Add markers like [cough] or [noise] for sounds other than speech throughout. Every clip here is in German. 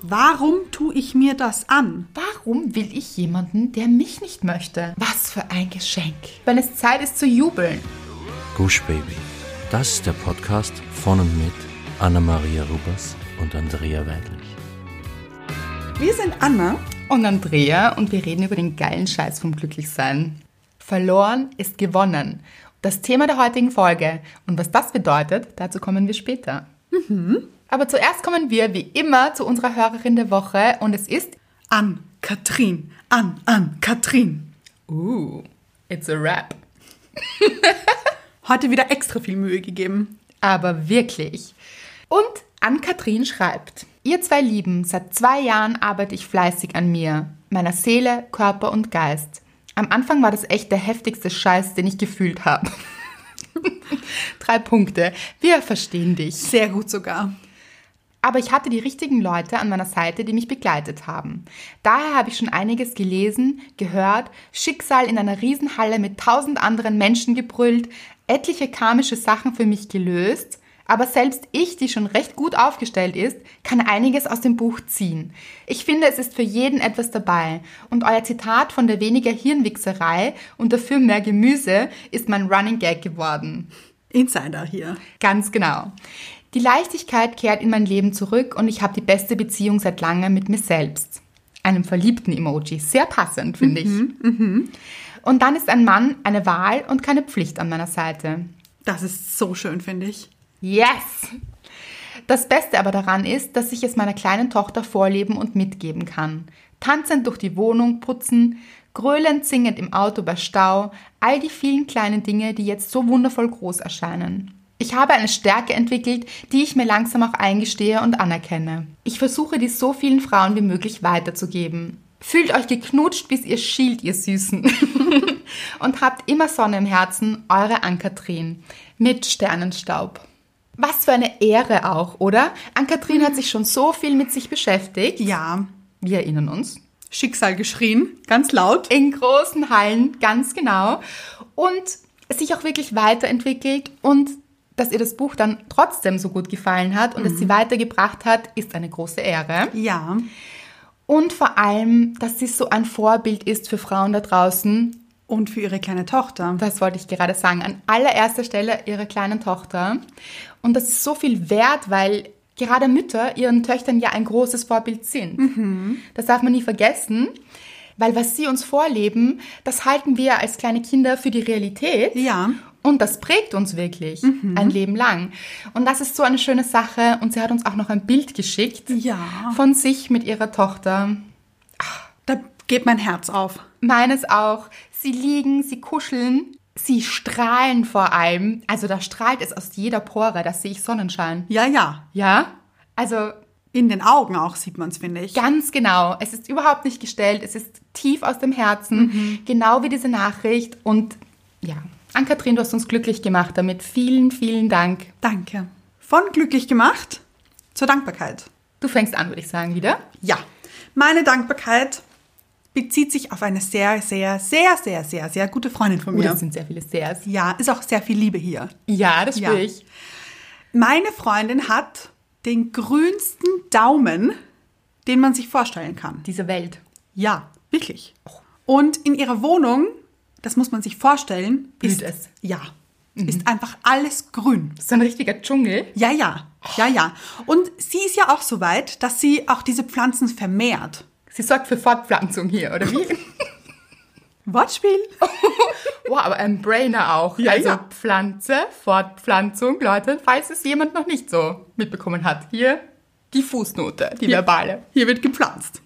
Warum tue ich mir das an? Warum will ich jemanden, der mich nicht möchte? Was für ein Geschenk. Wenn es Zeit ist zu jubeln. Gush Baby. Das ist der Podcast von und mit Anna-Maria Rubers und Andrea Weidlich. Wir sind Anna. Und Andrea und wir reden über den geilen Scheiß vom Glücklichsein. Verloren ist gewonnen. Das Thema der heutigen Folge und was das bedeutet, dazu kommen wir später. Aber zuerst kommen wir wie immer zu unserer Hörerin der Woche und es ist An Katrin. An, an Katrin. Uh, it's a rap. Heute wieder extra viel Mühe gegeben. Aber wirklich. Und Ann-Kathrin schreibt, ihr zwei Lieben, seit zwei Jahren arbeite ich fleißig an mir, meiner Seele, Körper und Geist. Am Anfang war das echt der heftigste Scheiß, den ich gefühlt habe. [laughs] Drei Punkte. Wir verstehen dich. Sehr gut sogar. Aber ich hatte die richtigen Leute an meiner Seite, die mich begleitet haben. Daher habe ich schon einiges gelesen, gehört, Schicksal in einer Riesenhalle mit tausend anderen Menschen gebrüllt, etliche karmische Sachen für mich gelöst. Aber selbst ich, die schon recht gut aufgestellt ist, kann einiges aus dem Buch ziehen. Ich finde, es ist für jeden etwas dabei. Und euer Zitat von der weniger Hirnwichserei und dafür mehr Gemüse ist mein Running Gag geworden. Insider hier. Ganz genau. Die Leichtigkeit kehrt in mein Leben zurück und ich habe die beste Beziehung seit langem mit mir selbst. Einem verliebten Emoji. Sehr passend, finde ich. Und dann ist ein Mann eine Wahl und keine Pflicht an meiner Seite. Das ist so schön, finde ich. Yes! Das Beste aber daran ist, dass ich es meiner kleinen Tochter vorleben und mitgeben kann. Tanzend durch die Wohnung putzen, gröhlend singend im Auto bei Stau, all die vielen kleinen Dinge, die jetzt so wundervoll groß erscheinen. Ich habe eine Stärke entwickelt, die ich mir langsam auch eingestehe und anerkenne. Ich versuche, die so vielen Frauen wie möglich weiterzugeben. Fühlt euch geknutscht, bis ihr schielt, ihr Süßen. und habt immer Sonne im Herzen, eure Ankatrin. Mit Sternenstaub. Was für eine Ehre auch, oder? Ankatrin hat sich schon so viel mit sich beschäftigt. Ja. Wir erinnern uns. Schicksal geschrien, ganz laut. In großen Hallen, ganz genau. Und sich auch wirklich weiterentwickelt und dass ihr das Buch dann trotzdem so gut gefallen hat und es sie weitergebracht hat, ist eine große Ehre. Ja. Und vor allem, dass sie so ein Vorbild ist für Frauen da draußen. Und für ihre kleine Tochter. Das wollte ich gerade sagen. An allererster Stelle ihre kleine Tochter. Und das ist so viel wert, weil gerade Mütter ihren Töchtern ja ein großes Vorbild sind. Mhm. Das darf man nie vergessen. Weil was sie uns vorleben, das halten wir als kleine Kinder für die Realität. Ja. Mhm. Und das prägt uns wirklich ein Leben lang. Und das ist so eine schöne Sache. Und sie hat uns auch noch ein Bild geschickt Ja. von sich mit ihrer Tochter. Da geht mein Herz auf. Meines auch. Sie liegen, sie kuscheln, sie strahlen vor allem. Also da strahlt es aus jeder Pore, das sehe ich Sonnenschein. Ja, ja. Ja? Also In den Augen auch sieht man es, finde ich. Ganz genau. Es ist überhaupt nicht gestellt. Es ist tief aus dem Herzen. Genau wie diese Nachricht. Und ja, Ann-Kathrin, du hast uns glücklich gemacht damit. Vielen, vielen Dank. Danke. Von glücklich gemacht zur Dankbarkeit. Du fängst an, würde ich sagen, wieder. Ja, meine Dankbarkeit bezieht sich auf eine sehr, sehr, sehr, sehr, sehr, sehr gute Freundin von Oh, mir. das sind sehr viele Sehrs. Ja, ist auch sehr viel Liebe hier. Ja, das spüre Ja. ich. Meine Freundin hat den grünsten Daumen, den man sich vorstellen kann. Diese Welt. Ja, wirklich. Und in ihrer Wohnung, das muss man sich vorstellen, Blüht ist es. Mhm. Ja, ist einfach alles grün. So ein richtiger Dschungel. Ja, ja, ja, ja. Und sie ist ja auch so weit, dass sie auch diese Pflanzen vermehrt. Sie sorgt für Fortpflanzung hier, oder wie? Wortspiel. wow, aber ein Brainer auch. Ja, also ja. Pflanze, Fortpflanzung, Leute, falls es jemand noch nicht so mitbekommen hat. Hier die Fußnote, die verbale. Hier wird gepflanzt.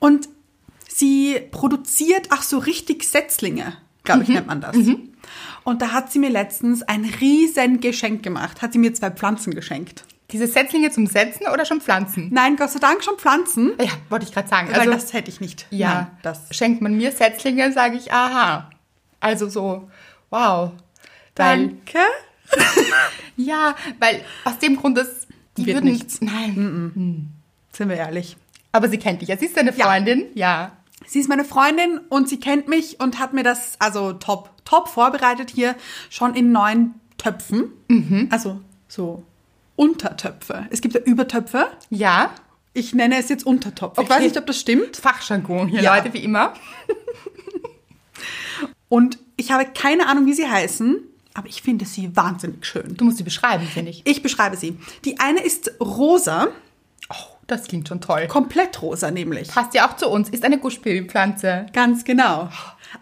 Und sie produziert auch so richtig Setzlinge, glaube Mhm. ich, nennt man das. Und da hat sie mir letztens ein riesen Geschenk gemacht. Hat sie mir zwei Pflanzen geschenkt. Diese Setzlinge zum Setzen oder schon Pflanzen? Nein, Gott sei Dank schon Pflanzen, Ja, wollte ich gerade sagen. weil Also, das hätte ich nicht. ja, Nein, das. schenkt man mir Setzlinge, sage ich, aha. Also so, wow. Weil, Danke. ja, weil aus dem Grund, dass die Wird würden nichts. Mhm. Nein. Sind wir ehrlich. Aber sie kennt dich. Ja, sie ist deine Ja. Freundin. Ja. Sie ist meine Freundin und sie kennt mich und hat mir das also top, top vorbereitet hier schon in neun Mhm. Töpfen. Also so Untertöpfe. Es gibt ja Übertöpfe Ja. Ich nenne es jetzt Untertopf. Ich Okay. weiß nicht, ob das stimmt. Fachjargon hier, Ja. Leute, wie immer. Und ich habe keine Ahnung, wie sie heißen, aber ich finde sie wahnsinnig schön. Du musst sie beschreiben, finde ich. Ich beschreibe sie. Die eine ist rosa, Das klingt schon toll. komplett rosa nämlich. Passt ja auch zu uns. Ist eine Guschpilpflanze. Ganz genau.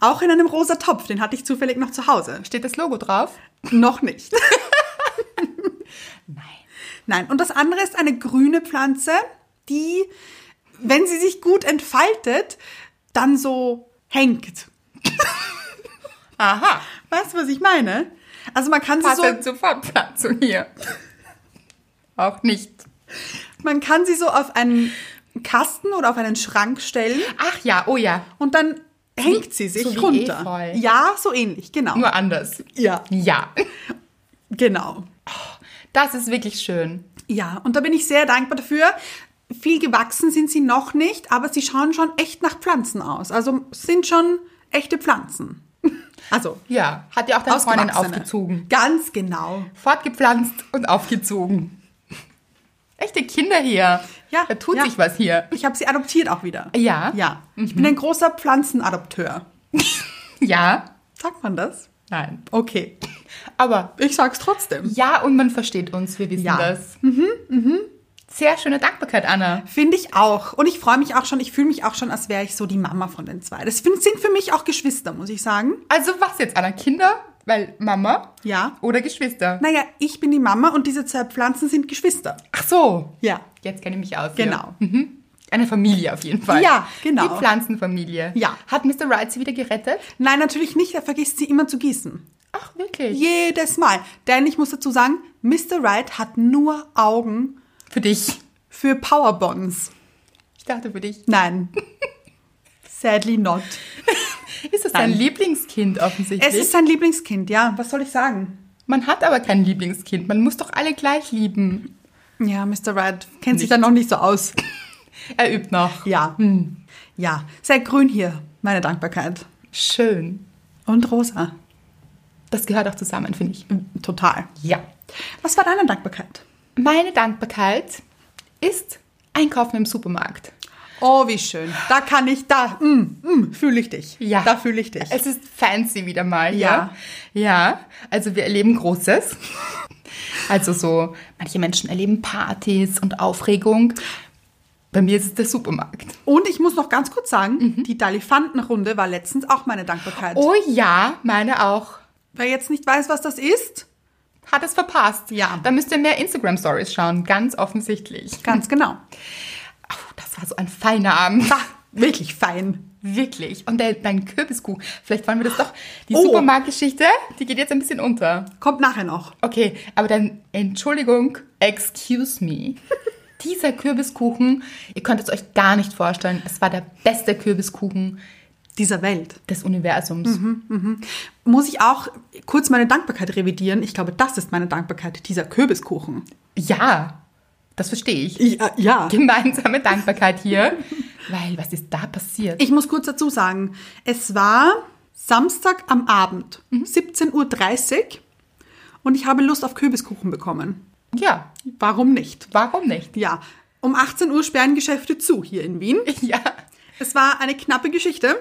Auch in einem rosa Topf, den hatte ich zufällig noch zu Hause. Steht das Logo drauf? Noch nicht. [laughs] Nein. Nein, und das andere ist eine grüne Pflanze, die, wenn sie sich gut entfaltet, dann so hängt. [laughs] Aha. Weißt du, was ich meine? Also man kann sie Passt so, dann zur Fortpflanzung hier. auch nicht. man kann sie so auf einen Kasten oder auf einen Schrank stellen Ach ja, oh ja. und dann hängt sie sich so wie runter. Efeu. Ja, so ähnlich, genau. Nur anders. Ja, Ja. genau. Das ist wirklich schön. Ja, und da bin ich sehr dankbar dafür. Viel gewachsen sind sie noch nicht, aber sie schauen schon echt nach Pflanzen aus. Also sind schon echte Pflanzen. [laughs] Also Ja. Hat ja auch deine Freundin ausgewachsene. aufgezogen. Ganz genau. Fortgepflanzt und aufgezogen. Echte Kinder hier. Ja, Da tut ja. sich was hier. Ich habe sie adoptiert auch wieder. Ja. Mhm. Ja. Ich bin ein großer Pflanzenadopteur. Ja. Sagt man das? Nein. Okay. Aber Ich sag's trotzdem. ja, und man versteht uns. Wir wissen Ja. das. Mhm, mhm. Sehr schöne Dankbarkeit, Anna. Finde ich auch. Und ich freue mich auch schon, ich fühle mich auch schon, als wäre ich so die Mama von den zwei. Das fin- sind für mich auch Geschwister, muss ich sagen. Also was jetzt, Anna? Kinder? Weil Mama? Ja. Oder Geschwister? Naja, ich bin die Mama und diese zwei Pflanzen sind Geschwister. Ach so. Ja. Jetzt kenne ich mich aus. Genau. Hier. Mhm. Eine Familie auf jeden Fall. Ja, genau. Die Pflanzenfamilie. Ja. Hat Mr. Wright sie wieder gerettet? Nein, natürlich nicht. Er vergisst sie immer zu gießen. Ach, wirklich? Jedes Mal. Denn ich muss dazu sagen, Mr. Wright hat nur Augen Für dich. für Powerbonds. Ich dachte für dich. Nein. [laughs] Sadly not. Ist das dein Nein. Lieblingskind offensichtlich? Es ist sein Lieblingskind, ja. Was soll ich sagen? Man hat aber kein Lieblingskind. Man muss doch alle gleich lieben. Ja, Mr. Wright kennt sich Nicht. da noch nicht so aus. Er übt noch. Ja. Ja. Sehr grün hier, meine Dankbarkeit. Schön. Und rosa. Das gehört auch zusammen, finde ich. Total. Ja. Was war deine Dankbarkeit? Meine Dankbarkeit ist Einkaufen im Supermarkt. Oh, wie schön. Da kann ich, da mm, mm, fühle ich dich. Ja. Da fühle ich dich. Es ist fancy wieder mal, Ja. ja. Ja, also wir erleben Großes. Also so, manche Menschen erleben Partys und Aufregung. Bei mir ist es der Supermarkt. Und ich muss noch ganz kurz sagen, die Dalifantenrunde war letztens auch meine Dankbarkeit. Mhm. Oh ja, meine auch. Wer jetzt nicht weiß, was das ist, Hat es verpasst. Ja. Da müsst ihr mehr Instagram-Stories schauen, ganz offensichtlich. ganz genau. Puh, Oh, das war so ein feiner Abend. Wirklich fein. Wirklich. Und der, dein Kürbiskuchen. Vielleicht wollen wir das doch. Die Oh. Supermarktgeschichte, die geht jetzt ein bisschen unter. Kommt nachher noch. Okay, aber dann Entschuldigung, excuse me. Dieser Kürbiskuchen, ihr könnt es euch gar nicht vorstellen, es war der beste Kürbiskuchen Dieser Welt. des Universums. Muss ich auch kurz meine Dankbarkeit revidieren? Ich glaube, das ist meine Dankbarkeit, dieser Kürbiskuchen. Ja, das verstehe ich. Ja. ja. Gemeinsame Dankbarkeit hier, weil was ist da passiert? Ich muss kurz dazu sagen, es war Samstag am Abend, 17.30 Uhr. Und ich habe Lust auf Kürbiskuchen bekommen. Ja, Warum nicht? warum nicht? [laughs] Ja, um 18 Uhr sperren Geschäfte zu hier in Wien. Ja, Es war eine knappe Geschichte.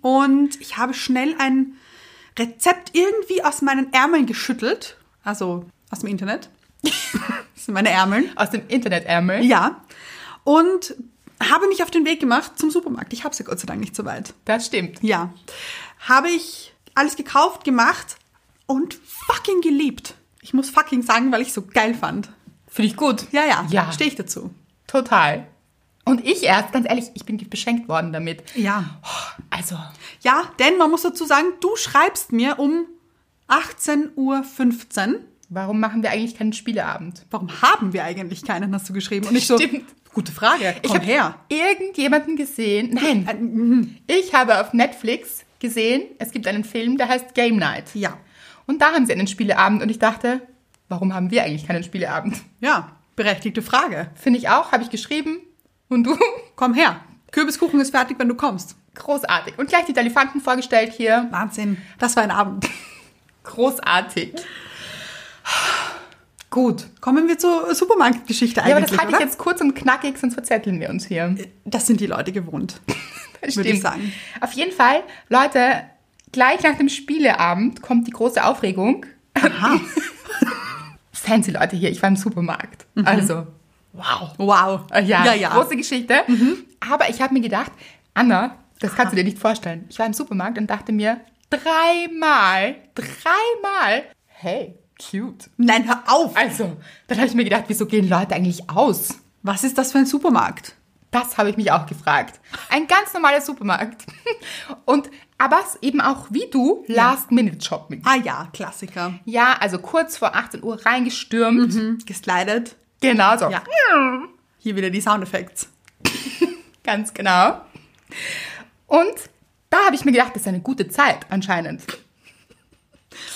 Und ich habe schnell ein Rezept irgendwie aus meinen Ärmeln geschüttelt. Also aus dem Internet. Das sind meine Ärmeln. aus dem Internetärmel. Ja. Und habe mich auf den Weg gemacht zum Supermarkt. Ich habe sie Gott sei Dank nicht so weit. Das stimmt. Ja. Habe ich alles gekauft, gemacht und fucking geliebt. Ich muss fucking sagen, weil ich so geil fand. Finde ich gut. Ja, ja. Ja. Stehe ich dazu. Total. Und ich erst, ganz ehrlich, ich bin beschenkt worden damit. Ja. Also, Ja, denn man muss dazu sagen, du schreibst mir um 18.15 Uhr. warum machen wir eigentlich keinen Spieleabend? Warum haben wir eigentlich keinen, hast du geschrieben? Und ich so, Stimmt. gute Frage, Ich komm habe her. Äh, mhm. irgendjemanden gesehen. Nein. Ich habe auf Netflix gesehen, es gibt einen Film, der heißt Game Night. Ja. Und da haben sie einen Spieleabend und ich dachte, warum haben wir eigentlich keinen Spieleabend? Ja, berechtigte Frage. Finde ich auch, habe ich geschrieben. Und du? [laughs] Komm her. Kürbiskuchen ist fertig, wenn du kommst. Großartig. Und gleich die Elefanten vorgestellt hier. Wahnsinn, das war ein Abend. Großartig. Gut. Kommen wir zur Supermarktgeschichte Ja, aber eigentlich, das halte ich oder? jetzt kurz und knackig, sonst verzetteln wir uns hier. Das sind die Leute gewohnt. Würde ich sagen. Auf jeden Fall, Leute, gleich nach dem Spieleabend kommt die große Aufregung. Aha. Seien Sie Leute hier, ich war im Supermarkt. Mhm. Also, wow. [laughs] Wow. Äh, Ja, ja. Mhm. ja. große Geschichte. Aber ich habe mir gedacht, Anna, das kannst du dir nicht vorstellen. Ich war im Supermarkt und dachte mir dreimal, dreimal, hey, cute. Nein, hör auf. Also, dann habe ich mir gedacht, wieso gehen Leute eigentlich aus? Was ist das für ein Supermarkt? Das habe ich mich auch gefragt. Ein ganz normaler Supermarkt. [laughs] Und aber es eben auch wie du Last-Minute-Shopping. Ah ja, Klassiker. Ja, also kurz vor 18 Uhr reingestürmt. Hm, Geslidet. Genau so. Mhm. Ja. Hier wieder die Soundeffekte. Ganz genau. Und da habe ich mir gedacht, das ist eine gute Zeit anscheinend.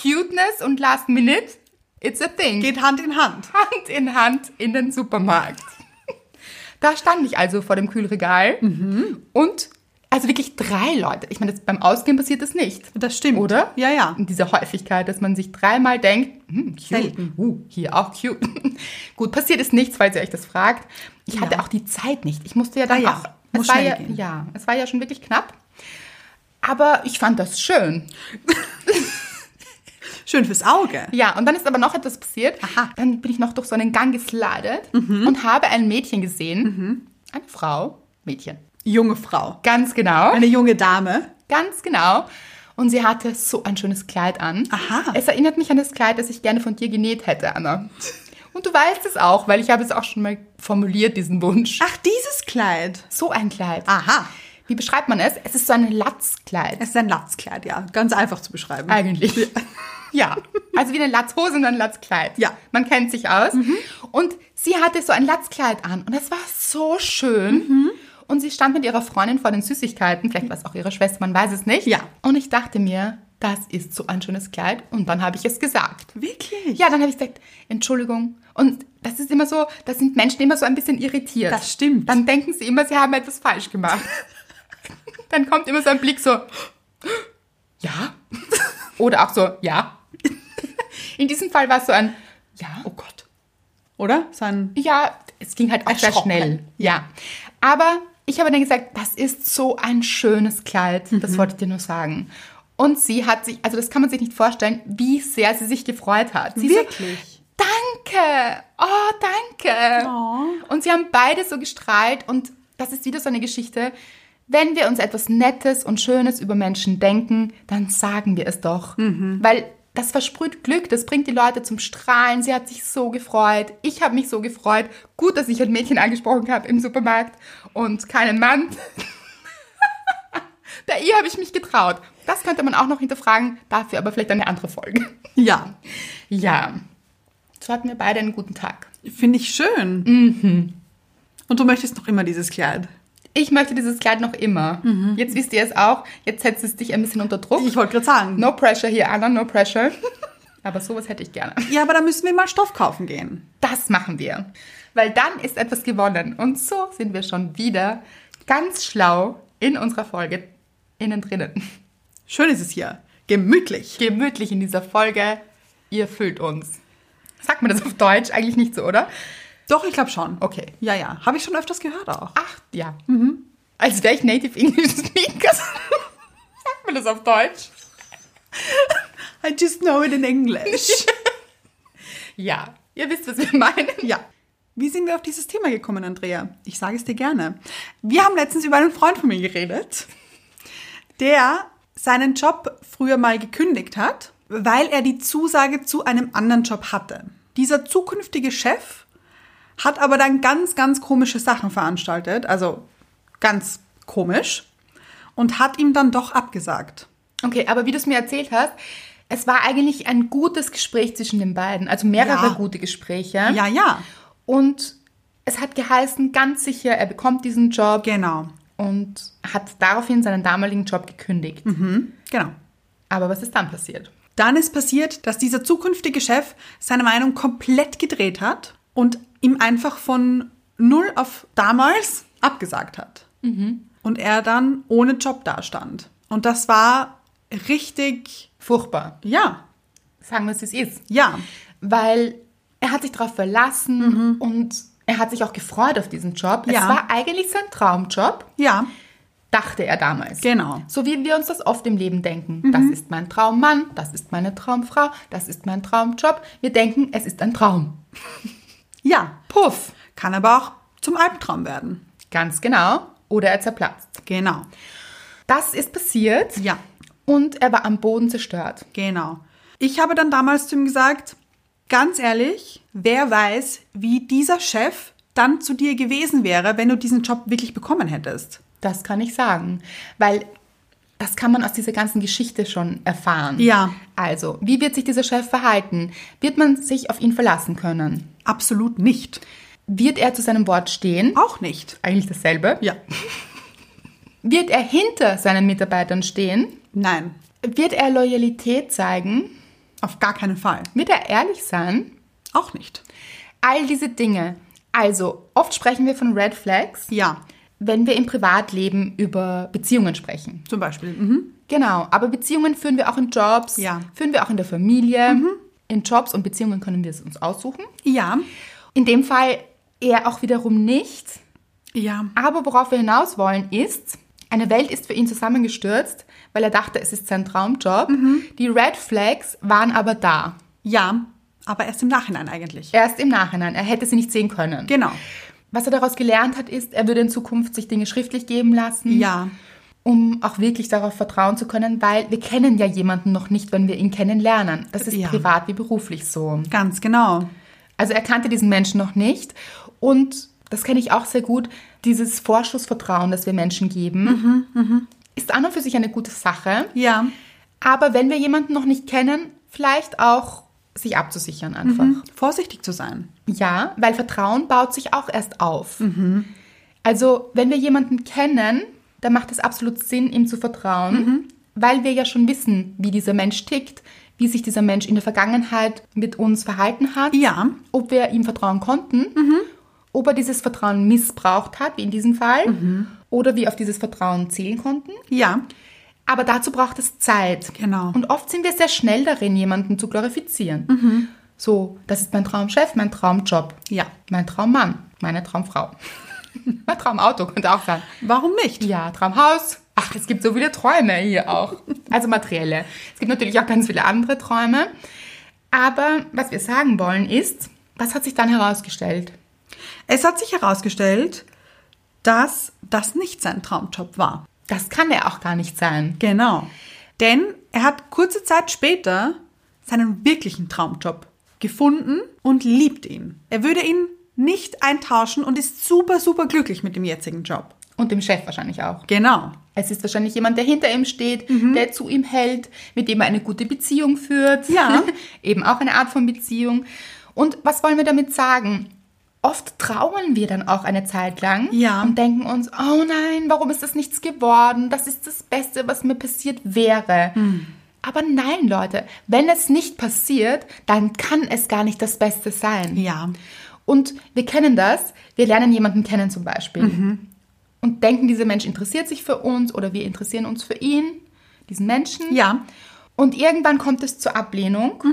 Cuteness und Last Minute, it's a thing. Geht Hand in Hand. Hand in Hand in den Supermarkt. Da stand ich also vor dem Kühlregal und also wirklich drei Leute. Ich meine, das, beim Ausgehen passiert das nicht. Das stimmt. Oder? Ja, ja. In dieser Häufigkeit, dass man sich dreimal denkt, hm, cute. Selten. Uh, hier auch cute. [laughs] Gut, passiert ist nichts, falls ihr euch das fragt. Ich hatte Ja. auch die Zeit nicht. Ich musste ja dann Ah ja, auch. muss Es war schnell ja, gehen. ja, es war ja schon wirklich knapp. Aber ich fand das schön. Schön fürs Auge. Ja, und dann ist aber noch etwas passiert. Aha. Mhm. Dann bin ich noch durch so einen Gang geslidet und habe ein Mädchen gesehen. Eine Frau, Mädchen. Junge Frau. Ganz genau. Eine junge Dame. Ganz genau. Und sie hatte so ein schönes Kleid an. Aha. Es erinnert mich an das Kleid, das ich gerne von dir genäht hätte, [laughs] Anna. Und du weißt es auch, weil ich habe es auch schon mal formuliert, diesen Wunsch. Ach, dieses Kleid. So ein Kleid. Aha. Wie beschreibt man es? Es ist so ein Latzkleid. Es ist ein Latzkleid, ja. Ganz einfach zu beschreiben. Eigentlich. [laughs] Ja. Also wie eine Latzhose und ein Latzkleid. Ja. Mhm. Man kennt sich aus. Und sie hatte so ein Latzkleid an. Und das war so schön. Mhm. Und sie stand mit ihrer Freundin vor den Süßigkeiten. Vielleicht war es auch ihre Schwester, man weiß es nicht. Ja. Und ich dachte mir, das ist so ein schönes Kleid. Und dann habe ich es gesagt. Wirklich? Ja, dann habe ich gesagt, Entschuldigung. Und das ist immer so, da sind Menschen immer so ein bisschen irritiert. Das stimmt. Dann denken sie immer, sie haben etwas falsch gemacht. [laughs] dann kommt immer so ein Blick so, ja. Oder auch so, ja. In diesem Fall war es so ein, ja. Oh Gott. Oder? So ein Ja, es ging halt auch sehr Erschrocken. schnell. Ja. Aber ich habe dann gesagt, das ist so ein schönes Kleid. Mhm. Das wollte ich dir nur sagen. Und sie hat sich, also das kann man sich nicht vorstellen, wie sehr sie sich gefreut hat. Sie Wirklich? So, danke! Oh, danke! Oh. Und sie haben beide so gestrahlt und das ist wieder so eine Geschichte. Wenn wir uns etwas Nettes und Schönes über Menschen denken, dann sagen wir es doch. Weil das versprüht Glück, das bringt die Leute zum Strahlen. Sie hat sich so gefreut. Ich habe mich so gefreut. Gut, dass ich ein Mädchen angesprochen habe im Supermarkt und keinen Mann. [laughs] Bei ihr habe ich mich getraut. Das könnte man auch noch hinterfragen, dafür aber vielleicht eine andere Folge. Ja. Ja. So hatten wir beide einen guten Tag. Finde ich schön. Und du möchtest noch immer dieses Kleid. Ich möchte dieses Kleid noch immer. Jetzt wisst ihr es auch. Jetzt setzt es dich ein bisschen unter Druck. Mhm. Ich wollte gerade sagen. no pressure hier, Anna, no pressure. [laughs] Aber sowas hätte ich gerne. Ja, aber da müssen wir mal Stoff kaufen gehen. Das machen wir. Weil dann ist etwas gewonnen. Und so sind wir schon wieder ganz schlau in unserer Folge innen drinnen. Schön ist es hier. Gemütlich. Gemütlich in dieser Folge. Ihr füllt uns. Sagt man das auf Deutsch eigentlich nicht so, oder? Doch, ich glaube schon. Okay. Ja, ja. Habe ich schon öfters gehört auch. Ach, ja. Als wäre ich Native English Speaker. [laughs] Sagt man das auf Deutsch? I just know it in English. Ja. Ihr wisst, was wir meinen. [laughs] ja. Wie sind wir auf dieses Thema gekommen, Andrea? Ich sage es dir gerne. Wir haben letztens über einen Freund von mir geredet, der seinen Job früher mal gekündigt hat, weil er die Zusage zu einem anderen Job hatte. Dieser zukünftige Chef hat aber dann ganz, ganz komische Sachen veranstaltet, also ganz komisch, und hat ihm dann doch abgesagt. Okay, aber wie du es mir erzählt hast, es war eigentlich ein gutes Gespräch zwischen den beiden. Also mehrere Ja. gute Gespräche. Ja, ja, Und es hat geheißen, ganz sicher, er bekommt diesen Job genau, und hat daraufhin seinen damaligen Job gekündigt. genau. Aber was ist dann passiert? Dann ist passiert, dass dieser zukünftige Chef seine Meinung komplett gedreht hat und ihm einfach von null auf damals abgesagt hat. Und er dann ohne Job dastand. Und das war richtig, Furchtbar. ja, Sagen wir es, wie es ist. ja, Weil er hat sich darauf verlassen und er hat sich auch gefreut auf diesen Job. Es Mhm. Ja. war eigentlich sein Traumjob, Ja, dachte er damals. Genau. Mhm. So wie wir uns das oft im Leben denken. Das ist mein Traummann, das ist meine Traumfrau, das ist mein Traumjob. Wir denken, es ist ein Traum. ja. Puff. Kann aber auch zum Albtraum werden. Ganz genau. Oder er zerplatzt. Genau. Das ist passiert. Ja. Und er war am Boden zerstört. Genau. Ich habe dann damals zu ihm gesagt, ganz ehrlich, wer weiß, wie dieser Chef dann zu dir gewesen wäre, wenn du diesen Job wirklich bekommen hättest. Das kann ich sagen. Weil das kann man aus dieser ganzen Geschichte schon erfahren. Ja. Also, wie wird sich dieser Chef verhalten? Wird man sich auf ihn verlassen können? Absolut nicht. Wird er zu seinem Wort stehen? Auch nicht. Eigentlich dasselbe. Ja. Wird er hinter seinen Mitarbeitern stehen? Nein. Wird er Loyalität zeigen? Auf gar keinen Fall. Wird er ehrlich sein? Auch nicht. All diese Dinge. Also, oft sprechen wir von Red Flags. Ja. wenn wir im Privatleben über Beziehungen sprechen. Zum Beispiel. Mhm. Genau, aber Beziehungen führen wir auch in Jobs, Ja. Mhm. führen wir auch in der Familie. In Jobs und Beziehungen können wir es uns aussuchen. Ja. In dem Fall eher auch wiederum nicht. Ja. Aber worauf wir hinaus wollen ist, eine Welt ist für ihn zusammengestürzt, weil er dachte, es ist sein Traumjob. Mhm. Die Red Flags waren aber da. Ja. Aber erst im Nachhinein eigentlich. Erst im Nachhinein. Er hätte sie nicht sehen können. Genau. Was er daraus gelernt hat, ist, er würde in Zukunft sich Dinge schriftlich geben lassen. Ja. um auch wirklich darauf vertrauen zu können, weil wir kennen ja jemanden noch nicht, wenn wir ihn kennenlernen. Das ist Ja. privat wie beruflich so. Ganz genau. Also er kannte diesen Menschen noch nicht und das kenne ich auch sehr gut, dieses Vorschussvertrauen, das wir Menschen geben, ist an und für sich eine gute Sache. Ja. Aber wenn wir jemanden noch nicht kennen, vielleicht auch sich abzusichern einfach. Mhm. Vorsichtig zu sein. Ja, weil Vertrauen baut sich auch erst auf. Also, wenn wir jemanden kennen, dann macht es absolut Sinn, ihm zu vertrauen, weil wir ja schon wissen, wie dieser Mensch tickt, wie sich dieser Mensch in der Vergangenheit mit uns verhalten hat, Ja. ob wir ihm vertrauen konnten, ob er dieses Vertrauen missbraucht hat, wie in diesem Fall, oder wir auf dieses Vertrauen zählen konnten. Ja. Aber dazu braucht es Zeit. Genau. Und oft sind wir sehr schnell darin, jemanden zu glorifizieren. So, das ist mein Traumchef, mein Traumjob. Mhm. Ja. Mein Traummann, meine Traumfrau. [laughs] mein Traumauto könnte auch sein. Warum nicht? Ja, Traumhaus. Ach, es gibt so viele Träume hier auch. Also materielle. Es gibt natürlich auch ganz viele andere Träume. Aber was wir sagen wollen ist, was hat sich dann herausgestellt? Es hat sich herausgestellt, dass das nicht sein Traumjob war. Das kann er auch gar nicht sein. Genau. Denn er hat kurze Zeit später seinen wirklichen Traumjob gefunden und liebt ihn. Er würde ihn nicht eintauschen und ist super, super glücklich mit dem jetzigen Job. Und dem Chef wahrscheinlich auch. Genau. Es ist wahrscheinlich jemand, der hinter ihm steht, Mhm. der zu ihm hält, mit dem er eine gute Beziehung führt. Ja. [laughs] Eben auch eine Art von Beziehung. Und was wollen wir damit sagen? Oft trauern wir dann auch eine Zeit lang Ja. und denken uns, oh nein, warum ist das nichts geworden? Das ist das Beste, was mir passiert wäre. Hm. Aber nein, Leute, wenn es nicht passiert, dann kann es gar nicht das Beste sein. Ja. Und wir kennen das. Wir lernen jemanden kennen zum Beispiel. Mhm. Und denken, dieser Mensch interessiert sich für uns oder wir interessieren uns für ihn, diesen Menschen. Ja. Mhm. Und irgendwann kommt es zur Ablehnung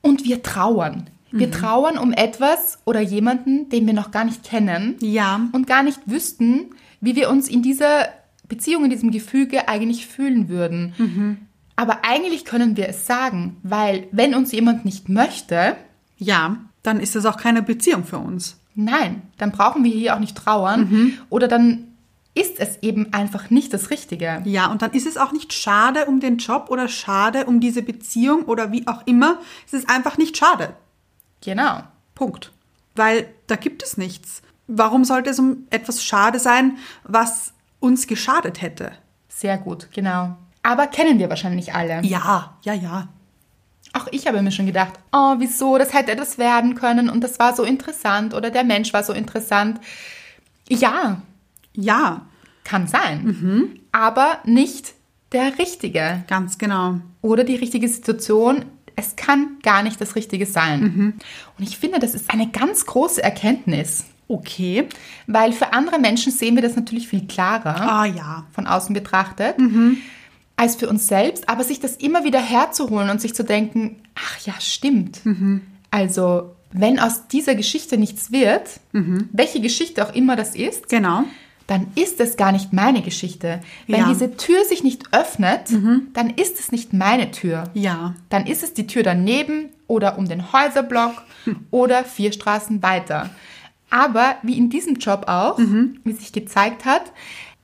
und wir trauern. Wir trauern um etwas oder jemanden, den wir noch gar nicht kennen Ja. und gar nicht wüssten, wie wir uns in dieser Beziehung, in diesem Gefüge eigentlich fühlen würden. Mhm. Aber eigentlich können wir es sagen, weil wenn uns jemand nicht möchte, Ja. Dann ist das auch keine Beziehung für uns. Nein, dann brauchen wir hier auch nicht trauern. Oder dann ist es eben einfach nicht das Richtige. Ja, und dann ist es auch nicht schade um den Job oder schade um diese Beziehung oder wie auch immer. Es ist einfach nicht schade. Genau. Punkt. Weil da gibt es nichts. Warum sollte es um etwas schade sein, was uns geschadet hätte? Sehr gut, genau. Aber kennen wir wahrscheinlich alle. Ja, ja, ja. Auch ich habe mir schon gedacht, oh, wieso, das hätte etwas werden können und das war so interessant oder der Mensch war so interessant. Ja, Ja, kann sein. Aber nicht der Richtige ganz genau. oder die richtige Situation. Es kann gar nicht das Richtige sein. Mhm. Und ich finde, das ist eine ganz große Erkenntnis. Okay. Weil für andere Menschen sehen wir das natürlich viel klarer, Ah Mhm. ja. von außen betrachtet, als für uns selbst. Mhm. Aber sich das immer wieder herzuholen und sich zu denken, ach ja, stimmt. Also Wenn aus dieser Geschichte nichts wird, Mhm. welche Geschichte auch immer das ist, Genau. dann ist es gar nicht meine Geschichte. Wenn Ja. Mhm. diese Tür sich nicht öffnet, dann ist es nicht meine Tür. Ja. Dann ist es die Tür daneben oder um den Häuserblock oder vier Straßen weiter. Aber wie in diesem Job auch, wie sich gezeigt hat,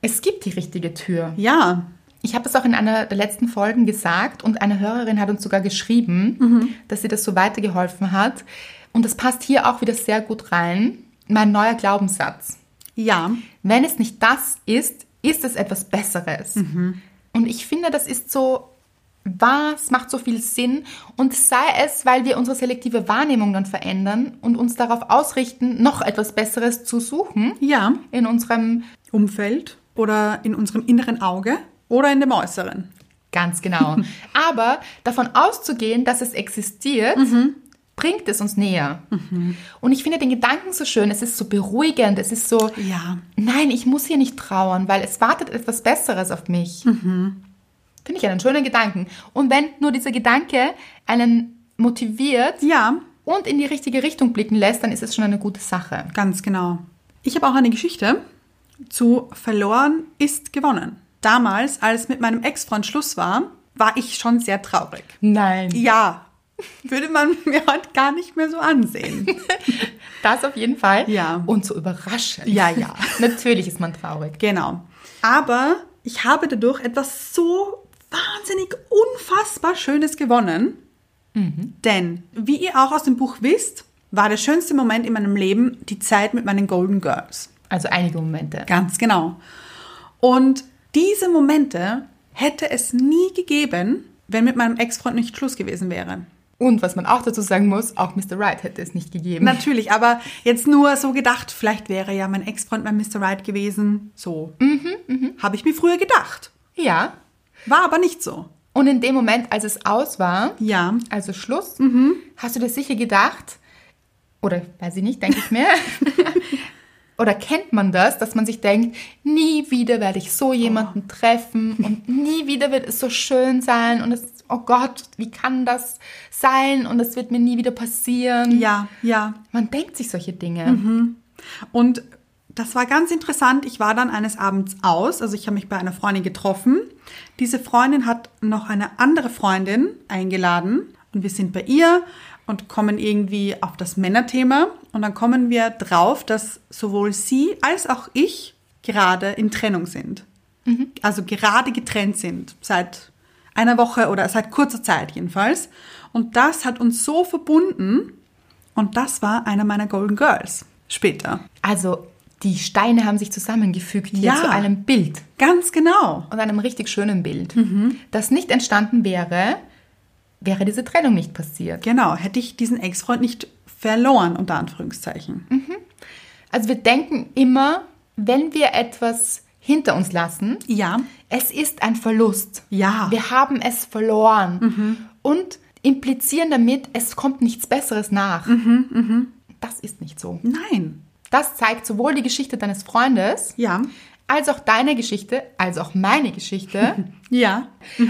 es gibt die richtige Tür. Ja. Ich habe es auch in einer der letzten Folgen gesagt und eine Hörerin hat uns sogar geschrieben, dass sie das so weitergeholfen hat. Und das passt hier auch wieder sehr gut rein. Mein neuer Glaubenssatz. Ja. Wenn es nicht das ist, ist es etwas Besseres. Und ich finde, das ist so wahr, es macht so viel Sinn. Und sei es, weil wir unsere selektive Wahrnehmung dann verändern und uns darauf ausrichten, noch etwas Besseres zu suchen Ja. in unserem Umfeld oder in unserem inneren Auge oder in dem äußeren. Ganz genau. Aber davon auszugehen, dass es existiert, bringt es uns näher. Und ich finde den Gedanken so schön, es ist so beruhigend, es ist so, Ja. nein, ich muss hier nicht trauern, weil es wartet etwas Besseres auf mich. Mhm. Finde ich einen schönen Gedanken. Und wenn nur dieser Gedanke einen motiviert Ja, und in die richtige Richtung blicken lässt, dann ist es schon eine gute Sache. ganz genau. Ich habe auch eine Geschichte zu verloren ist gewonnen. Damals, als mit meinem Ex-Freund Schluss war, war ich schon sehr traurig. Nein. Ja, würde man [laughs] mir heute gar nicht mehr so ansehen. Das auf jeden Fall. Ja. Und so überraschend. Ja, ja. [laughs] Natürlich ist man traurig. Genau. Aber ich habe dadurch etwas so wahnsinnig unfassbar Schönes gewonnen. Denn, wie ihr auch aus dem Buch wisst, war der schönste Moment in meinem Leben die Zeit mit meinen Golden Girls. Also einige Momente. Ganz genau. Und diese Momente hätte es nie gegeben, wenn mit meinem Ex-Freund nicht Schluss gewesen wäre. Und was man auch dazu sagen muss, auch Mr. Right hätte es nicht gegeben. Natürlich, aber jetzt nur so gedacht, vielleicht wäre ja mein Ex-Freund mein Mr. Right gewesen. So. Habe ich mir früher gedacht. ja. War aber nicht so. Und in dem Moment, als es aus war, Ja. also Schluss, Mhm. hast du dir sicher gedacht, oder weiß ich nicht, denke [laughs] ich mir, oder kennt man das, dass man sich denkt, nie wieder werde ich so jemanden Oh. [laughs] treffen und nie wieder wird es so schön sein und es, oh Gott, wie kann das sein und es wird mir nie wieder passieren. Ja, Mhm. ja. Man denkt sich solche Dinge. Und das war ganz interessant. Ich war dann eines Abends aus, also ich habe mich bei einer Freundin getroffen. Diese Freundin hat noch eine andere Freundin eingeladen und wir sind bei ihr und kommen irgendwie auf das Männerthema und dann kommen wir drauf, dass sowohl sie als auch ich gerade in Trennung sind. Also gerade getrennt sind seit einer Woche oder seit kurzer Zeit jedenfalls. Und das hat uns so verbunden und das war einer meiner Golden Girls später. Also die Steine haben sich zusammengefügt hier Ja. zu einem Bild. Ganz genau. und einem richtig schönen Bild, Mhm. das nicht entstanden wäre, wäre diese Trennung nicht passiert. Genau. Hätte ich diesen Ex-Freund nicht verloren, unter Anführungszeichen. Mhm. Also wir denken immer, wenn wir etwas hinter uns lassen, Ja. es ist ein Verlust. Ja. Wir haben es verloren und implizieren damit, es kommt nichts Besseres nach. Das ist nicht so. Nein. Das zeigt sowohl die Geschichte deines Freundes, Ja. als auch deine Geschichte, als auch meine Geschichte. Ja.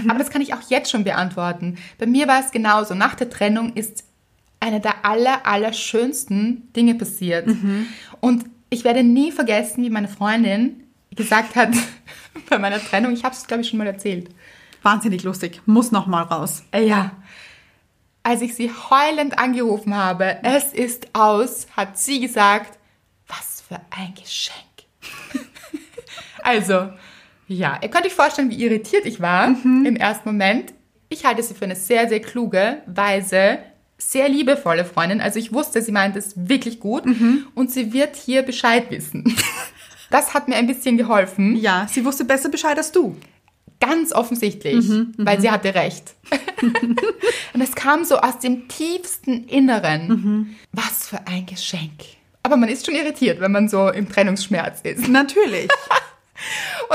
Aber das kann ich auch jetzt schon beantworten. Bei mir war es genauso. Nach der Trennung ist eine der aller, aller schönsten Dinge passiert. Und ich werde nie vergessen, wie meine Freundin gesagt hat [laughs] bei meiner Trennung. Ich habe es, glaube ich, schon mal erzählt. Wahnsinnig lustig. Muss nochmal raus. Äh, Ja. Als ich sie heulend angerufen habe, es ist aus, hat sie gesagt, was für ein Geschenk. [laughs] also, ja, ihr könnt euch vorstellen, wie irritiert ich war im ersten Moment. Ich halte sie für eine sehr, sehr kluge, weise, sehr liebevolle Freundin. Also ich wusste, sie meint es wirklich gut und sie wird hier Bescheid wissen. [laughs] Das hat mir ein bisschen geholfen. Ja, sie wusste besser Bescheid als du. Ganz offensichtlich, weil sie hatte recht. und es kam so aus dem tiefsten Inneren. Was für ein Geschenk. Aber man ist schon irritiert, wenn man so im Trennungsschmerz ist. [laughs] Natürlich.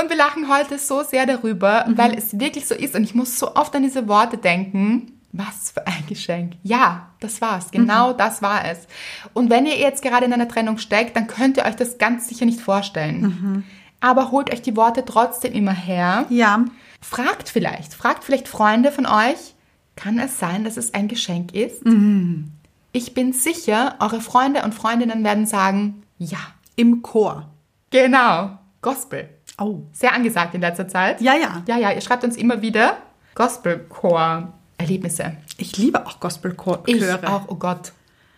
Und wir lachen heute so sehr darüber, weil es wirklich so ist. Und ich muss so oft an diese Worte denken. Was für ein Geschenk. Ja, das war's. Genau das war es. Und wenn ihr jetzt gerade in einer Trennung steckt, dann könnt ihr euch das ganz sicher nicht vorstellen. Aber holt euch die Worte trotzdem immer her. ja. Fragt Mhm. vielleicht, fragt vielleicht Freunde von euch, kann es sein, dass es ein Geschenk ist? Ich bin sicher, eure Freunde und Freundinnen werden sagen, ja. Im Chor. Genau. Gospel. Oh. Sehr angesagt in letzter Zeit. Ja, ja. Ja, ja, ihr schreibt uns immer wieder Gospelchor-Erlebnisse. Ich liebe auch Gospelchöre. Ich auch, oh Gott.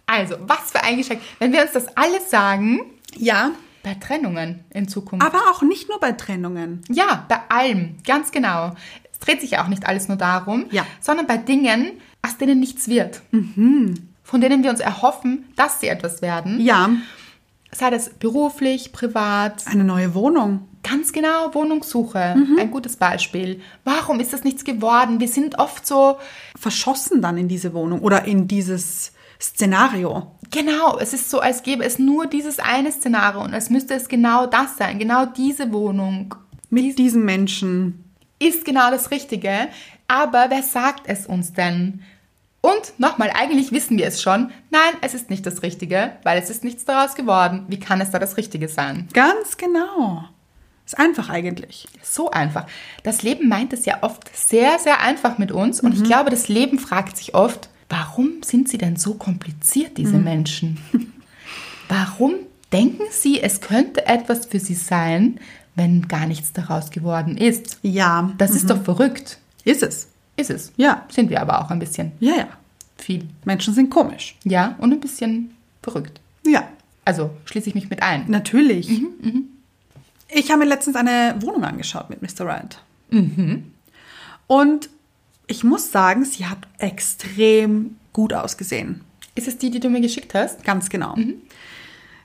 Also, was für ein Geschenk. Wenn wir uns das alles sagen, Ja, bei Trennungen in Zukunft. aber auch nicht nur bei Trennungen. ja, bei allem, ganz genau. Es dreht sich ja auch nicht alles nur darum, Ja. sondern bei Dingen, aus denen nichts wird. Von denen wir uns erhoffen, dass sie etwas werden. Mhm. Ja, Sei das beruflich, privat, eine neue Wohnung. Ganz genau, Wohnungssuche. Mhm. Ein gutes Beispiel. Warum ist das nichts geworden? Wir sind oft so, Verschossen dann in diese Wohnung oder in dieses Szenario. genau, es ist so, als gäbe es nur dieses eine Szenario und als müsste es genau das sein, genau diese Wohnung. Mit diesem Menschen. Ist genau das Richtige. Aber wer sagt es uns denn? Und nochmal, eigentlich wissen wir es schon. Nein, es ist nicht das Richtige, weil es ist nichts daraus geworden. Wie kann es da das Richtige sein? Ganz genau. Ist einfach eigentlich. So einfach. Das Leben meint es ja oft sehr, sehr einfach mit uns. Und ich glaube, das Leben fragt sich oft, warum sind sie denn so kompliziert, diese Menschen? Warum denken sie, es könnte etwas für sie sein, wenn gar nichts daraus geworden ist? Ja, Das ist doch verrückt. ist es. Ist es. Ja. Sind wir aber auch ein bisschen Ja, ja. viel. Menschen sind komisch. Ja, und ein bisschen verrückt. Ja, Also schließe ich mich mit ein. natürlich. mhm. Ich habe mir letztens eine Wohnung angeschaut mit Mr. Right. Mhm. Und ich muss sagen, sie hat extrem gut ausgesehen. Ist es die, die du mir geschickt hast? Ganz genau.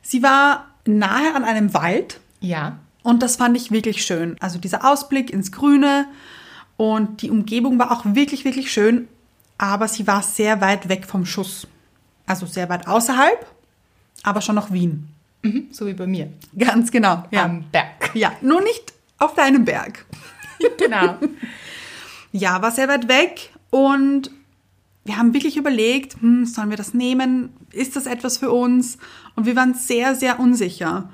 Sie war nahe an einem Wald Ja. und das fand ich wirklich schön. Also dieser Ausblick ins Grüne und die Umgebung war auch wirklich, wirklich schön, aber sie war sehr weit weg vom Schuss. Also sehr weit außerhalb, aber schon noch Wien. [laughs] Mhm. So wie bei mir. Ganz genau. Ja. Am Berg. ja, nur nicht auf deinem Berg. [laughs] Genau. Ja, war sehr weit weg und wir haben wirklich überlegt, hm, sollen wir das nehmen? Ist das etwas für uns? Und wir waren sehr, sehr unsicher.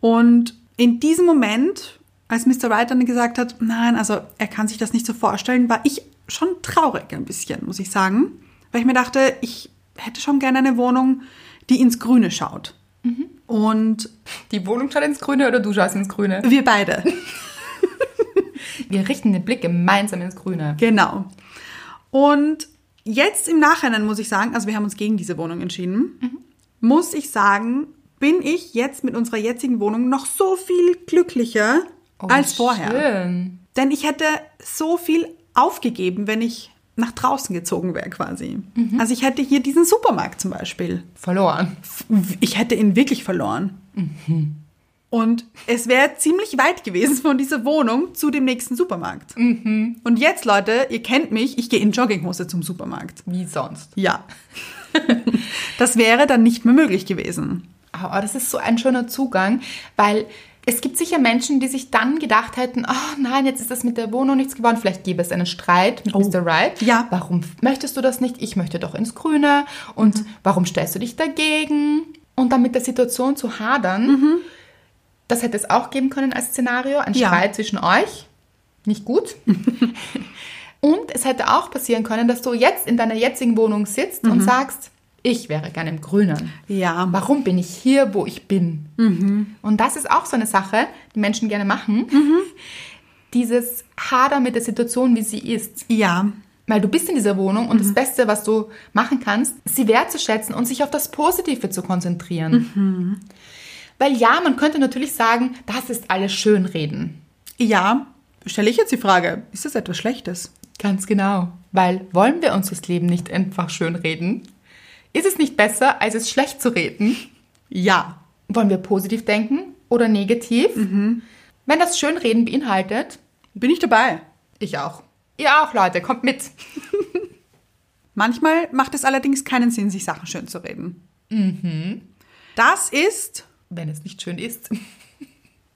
Und in diesem Moment, als Mr. Wright dann gesagt hat, nein, also er kann sich das nicht so vorstellen, war ich schon traurig ein bisschen, muss ich sagen. Weil ich mir dachte, ich hätte schon gerne eine Wohnung, die ins Grüne schaut. Und Die Wohnung schaut ins Grüne oder du schaust ins Grüne? wir beide. Wir richten den Blick gemeinsam ins Grüne. Genau. Und jetzt im Nachhinein muss ich sagen, also wir haben uns gegen diese Wohnung entschieden, muss ich sagen, bin ich jetzt mit unserer jetzigen Wohnung noch so viel glücklicher als vorher. Oh, Schön. Denn ich hätte so viel aufgegeben, wenn ich nach draußen gezogen wäre quasi. Also ich hätte hier diesen Supermarkt zum Beispiel Verloren. ich hätte ihn wirklich verloren. Und es wäre ziemlich weit gewesen von dieser Wohnung zu dem nächsten Supermarkt. Und jetzt, Leute, ihr kennt mich, ich gehe in Jogginghose zum Supermarkt. Wie sonst. Ja. [laughs] das wäre dann nicht mehr möglich gewesen. Aber Ah, oh, das ist so ein schöner Zugang, weil es gibt sicher Menschen, die sich dann gedacht hätten, oh nein, jetzt ist das mit der Wohnung nichts geworden, vielleicht gäbe es einen Streit mit Mr. Wright. Oh, Ja. Warum möchtest du das nicht? Ich möchte doch ins Grüne. Und Mhm. warum stellst du dich dagegen? Und dann mit der Situation zu hadern, das hätte es auch geben können als Szenario, ein Mhm. Ja. Streit zwischen euch. Nicht gut. [laughs] Und es hätte auch passieren können, dass du jetzt in deiner jetzigen Wohnung sitzt Mhm. und sagst, ich wäre gerne im Grünen. Ja. Warum bin ich hier, wo ich bin? Und das ist auch so eine Sache, die Menschen gerne machen. [laughs] Dieses Hader mit der Situation, wie sie ist. Ja. Weil du bist in dieser Wohnung und das Beste, was du machen kannst, sie wertzuschätzen und sich auf das Positive zu konzentrieren. Weil ja, man könnte natürlich sagen, das ist alles Schönreden. Ja. Stelle ich jetzt die Frage, ist das etwas Schlechtes? Ganz genau. Weil wollen wir uns das Leben nicht einfach schönreden? Ist es nicht besser, als es schlecht zu reden? Ja. Wollen wir positiv denken oder negativ? Wenn das Schönreden beinhaltet, Bin ich dabei. ich auch. Ihr auch, Leute, kommt mit. Manchmal macht es allerdings keinen Sinn, sich Sachen schön zu reden. Das ist Wenn es nicht schön ist.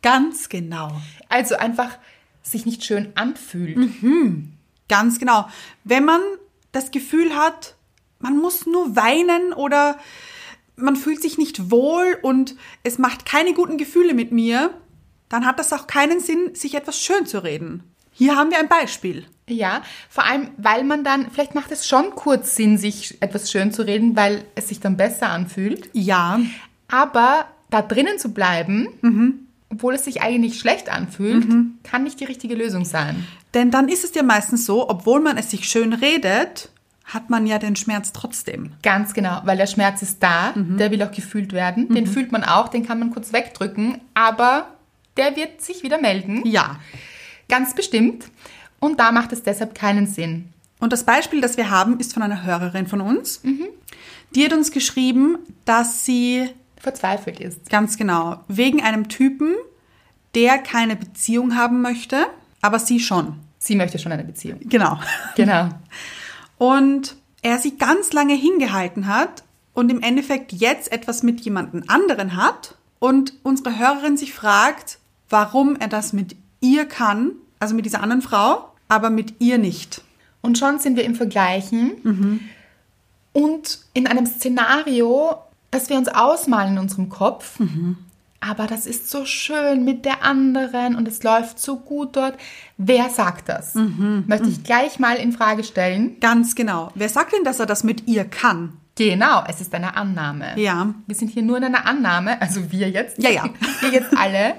ganz genau. Also einfach sich nicht schön anfühlt. Ganz genau. Wenn man das Gefühl hat, man muss nur weinen oder man fühlt sich nicht wohl und es macht keine guten Gefühle mit mir, dann hat das auch keinen Sinn, sich etwas schön zu reden. Hier haben wir ein Beispiel. Ja, vor allem, weil man dann, vielleicht macht es schon kurz Sinn, sich etwas schön zu reden, weil es sich dann besser anfühlt. Ja. Aber da drinnen zu bleiben, obwohl es sich eigentlich schlecht anfühlt, kann nicht die richtige Lösung sein. Denn dann ist es ja meistens so, obwohl man es sich schön redet, hat man ja den Schmerz trotzdem. Ganz genau, weil der Schmerz ist da, der will auch gefühlt werden. Den fühlt man auch, den kann man kurz wegdrücken, aber der wird sich wieder melden. Ja. Ganz bestimmt. Und da macht es deshalb keinen Sinn. Und das Beispiel, das wir haben, ist von einer Hörerin von uns. Die hat uns geschrieben, dass sie Verzweifelt ist. Ganz genau. Wegen einem Typen, der keine Beziehung haben möchte, aber sie schon. Sie möchte schon eine Beziehung. Genau. Genau. Und er sie ganz lange hingehalten hat und im Endeffekt jetzt etwas mit jemandem anderen hat und unsere Hörerin sich fragt, warum er das mit ihr kann, also mit dieser anderen Frau, aber mit ihr nicht. Und schon sind wir im Vergleichen und in einem Szenario, das wir uns ausmalen in unserem Kopf. Aber das ist so schön mit der anderen und es läuft so gut dort. Wer sagt das? Möchte ich gleich mal in Frage stellen. Ganz genau. Wer sagt denn, dass er das mit ihr kann? Genau, es ist eine Annahme. Ja. Wir sind hier nur in einer Annahme, also wir jetzt. Ja, ja. [laughs] Wir jetzt alle.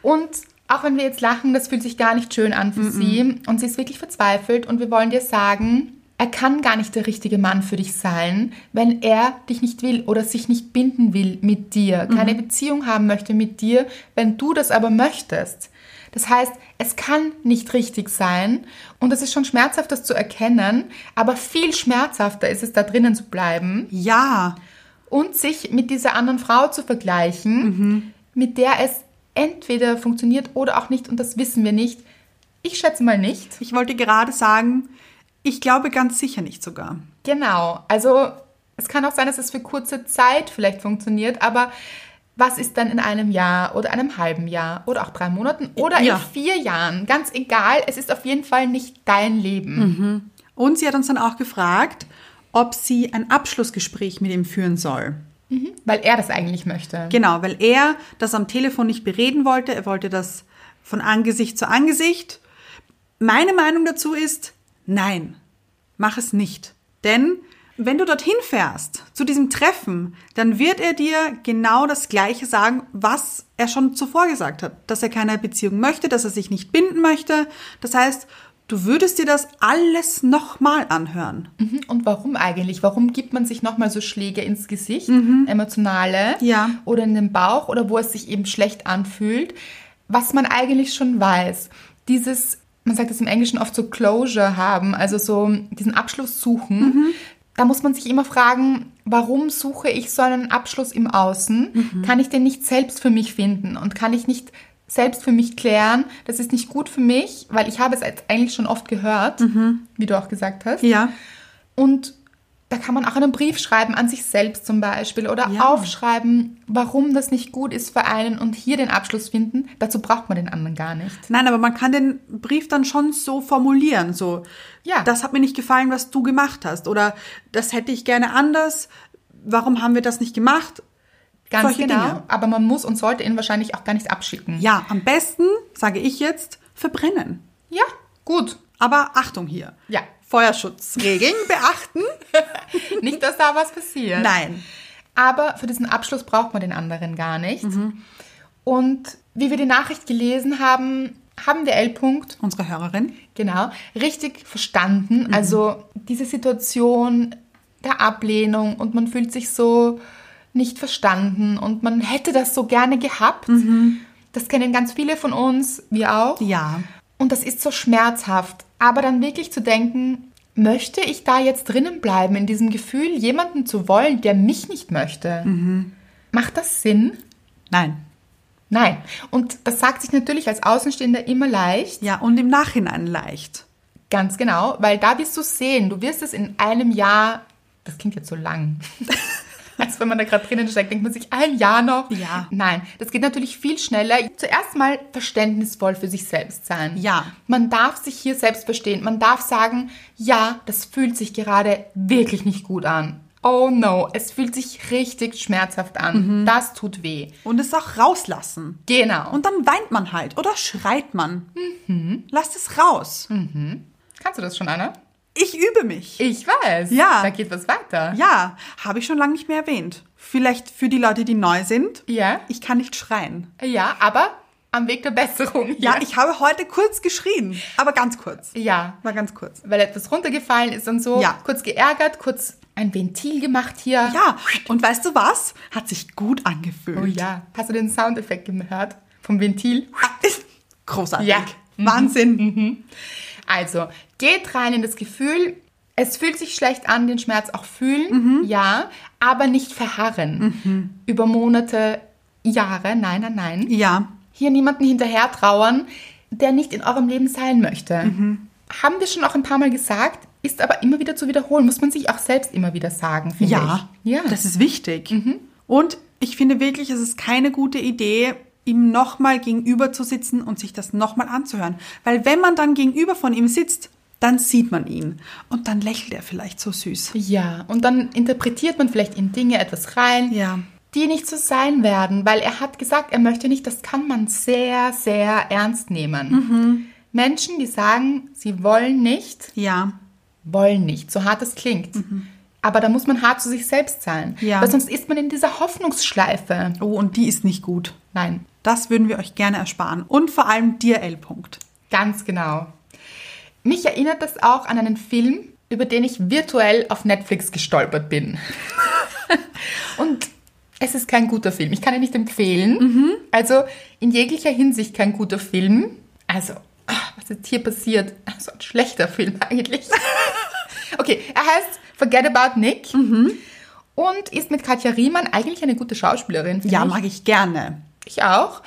Und auch wenn wir jetzt lachen, das fühlt sich gar nicht schön an für sie. Und sie ist wirklich verzweifelt. Und wir wollen dir sagen, er kann gar nicht der richtige Mann für dich sein, wenn er dich nicht will oder sich nicht binden will mit dir, Mhm. keine Beziehung haben möchte mit dir, wenn du das aber möchtest. Das heißt, es kann nicht richtig sein und es ist schon schmerzhaft, das zu erkennen, aber viel schmerzhafter ist es, da drinnen zu bleiben Ja. und sich mit dieser anderen Frau zu vergleichen, mit der es entweder funktioniert oder auch nicht und das wissen wir nicht. Ich schätze mal nicht. Ich wollte gerade sagen, ich glaube ganz sicher nicht sogar. Genau. Also es kann auch sein, dass es für kurze Zeit vielleicht funktioniert, aber was ist dann in einem Jahr oder einem halben Jahr oder auch drei Monaten oder Ja. in vier Jahren? Ganz egal, es ist auf jeden Fall nicht dein Leben. Und sie hat uns dann auch gefragt, ob sie ein Abschlussgespräch mit ihm führen soll. Weil er das eigentlich möchte. Genau, weil er das am Telefon nicht bereden wollte. Er wollte das von Angesicht zu Angesicht. Meine Meinung dazu ist, nein, mach es nicht. Denn wenn du dorthin fährst, zu diesem Treffen, dann wird er dir genau das Gleiche sagen, was er schon zuvor gesagt hat. Dass er keine Beziehung möchte, dass er sich nicht binden möchte. Das heißt, du würdest dir das alles nochmal anhören. Mhm. Und warum eigentlich? Warum gibt man sich nochmal so Schläge ins Gesicht, emotionale Mhm. Ja. oder in den Bauch oder wo es sich eben schlecht anfühlt, was man eigentlich schon weiß? Dieses, man sagt es im Englischen oft so Closure haben, also so diesen Abschluss suchen. Mhm. Da muss man sich immer fragen, warum suche ich so einen Abschluss im Außen? Mhm. Kann ich den nicht selbst für mich finden und kann ich nicht selbst für mich klären, das ist nicht gut für mich, weil ich habe es als- eigentlich schon oft gehört, wie du auch gesagt hast. Mhm. Ja. Und da kann man auch einen Brief schreiben an sich selbst zum Beispiel oder Ja. aufschreiben, warum das nicht gut ist für einen und hier den Abschluss finden. Dazu braucht man den anderen gar nicht. Nein, aber man kann den Brief dann schon so formulieren, so, Ja. das hat mir nicht gefallen, was du gemacht hast, oder das hätte ich gerne anders, warum haben wir das nicht gemacht? Ganz Solche genau. Dinge. Aber man muss und sollte ihn wahrscheinlich auch gar nicht abschicken. Ja, am besten, sage ich jetzt, verbrennen. Ja, gut. Aber Achtung hier. Ja. Feuerschutzregeln beachten? Nicht, dass da was [laughs] passiert. Nein. Aber für diesen Abschluss braucht man den anderen gar nicht. Mhm. Und wie wir die Nachricht gelesen haben, haben wir L. -Punkt Unsere Hörerin? Genau, richtig verstanden. Also diese Situation der Ablehnung und man fühlt sich so nicht verstanden und man hätte das so gerne gehabt. Das kennen ganz viele von uns, wir auch. Ja. Und das ist so schmerzhaft. Aber dann wirklich zu denken, möchte ich da jetzt drinnen bleiben, in diesem Gefühl, jemanden zu wollen, der mich nicht möchte? Macht das Sinn? Nein. Nein. Und das sagt sich natürlich als Außenstehender immer leicht. Ja, und im Nachhinein leicht. Ganz genau, weil da wirst du sehen, du wirst es in einem Jahr, das klingt jetzt [laughs] so lang. Als wenn man da gerade drinnen steckt, denkt man sich, ein Jahr noch. Ja. Nein, das geht natürlich viel schneller. Zuerst mal verständnisvoll für sich selbst sein. Ja. Man darf sich hier selbst verstehen. Man darf sagen, ja, das fühlt sich gerade wirklich nicht gut an. oh no, es fühlt sich richtig schmerzhaft an. Das tut weh. Und es auch rauslassen. Genau. Mhm. Und dann weint man halt oder schreit man. Mhm. Lasst es raus. Kannst du das schon, Anna? Ich übe mich. Ich weiß. Ja. Da geht was weiter. Ja, habe ich schon lange nicht mehr erwähnt. Vielleicht für die Leute, die neu sind. Ja. Ich kann nicht schreien. Ja, aber am Weg der Besserung. Ja, ich habe heute kurz geschrien, aber ganz kurz. Ja, War ganz kurz. weil etwas runtergefallen ist und so. Ja. Kurz geärgert, kurz ein Ventil gemacht hier. Ja, und weißt du was? Hat sich gut angefühlt. Oh ja. Hast du den Soundeffekt gehört? Vom Ventil? Ah, ist großartig. Oh Ja. Mhm. Wahnsinn. Also, geht rein in das Gefühl. Es fühlt sich schlecht an, den Schmerz auch Mhm. fühlen, ja, aber nicht verharren. Über Monate, Jahre, nein, nein, nein. Ja. Hier niemanden hinterher trauern, der nicht in eurem Leben sein möchte. Mhm. Haben wir schon auch ein paar Mal gesagt, ist aber immer wieder zu wiederholen, muss man sich auch selbst immer wieder sagen, finde Ja. ich. Ja. Mhm. Das ist wichtig. Und ich finde wirklich, es ist keine gute Idee, ihm nochmal gegenüber zu sitzen und sich das nochmal anzuhören. Weil wenn man dann gegenüber von ihm sitzt, dann sieht man ihn. Und dann lächelt er vielleicht so süß. Ja, und dann interpretiert man vielleicht in Dinge etwas rein, Ja. die nicht so sein werden, weil er hat gesagt, er möchte nicht, das kann man sehr, sehr ernst nehmen. Mhm. Menschen, die sagen, sie wollen nicht, Ja. wollen nicht, so hart es klingt. Aber da muss man hart zu sich selbst sein, Mhm. Ja. weil sonst ist man in dieser Hoffnungsschleife. Oh, und die ist nicht gut. Nein, Das würden wir euch gerne ersparen. Und vor allem dir, L. -Punkt. Ganz genau. Mich erinnert das auch an einen Film, über den ich virtuell auf Netflix gestolpert [laughs] bin. Und es ist kein guter Film. Ich kann ihn nicht empfehlen. Mhm. Also in jeglicher Hinsicht kein guter Film. Also, ah, was ist hier passiert? So ein schlechter Film [laughs] eigentlich. Okay, er heißt Forget About Nick Mhm. und ist mit Katja Riemann eigentlich eine gute Schauspielerin. finde Ja, ich. mag ich gerne. Ich auch.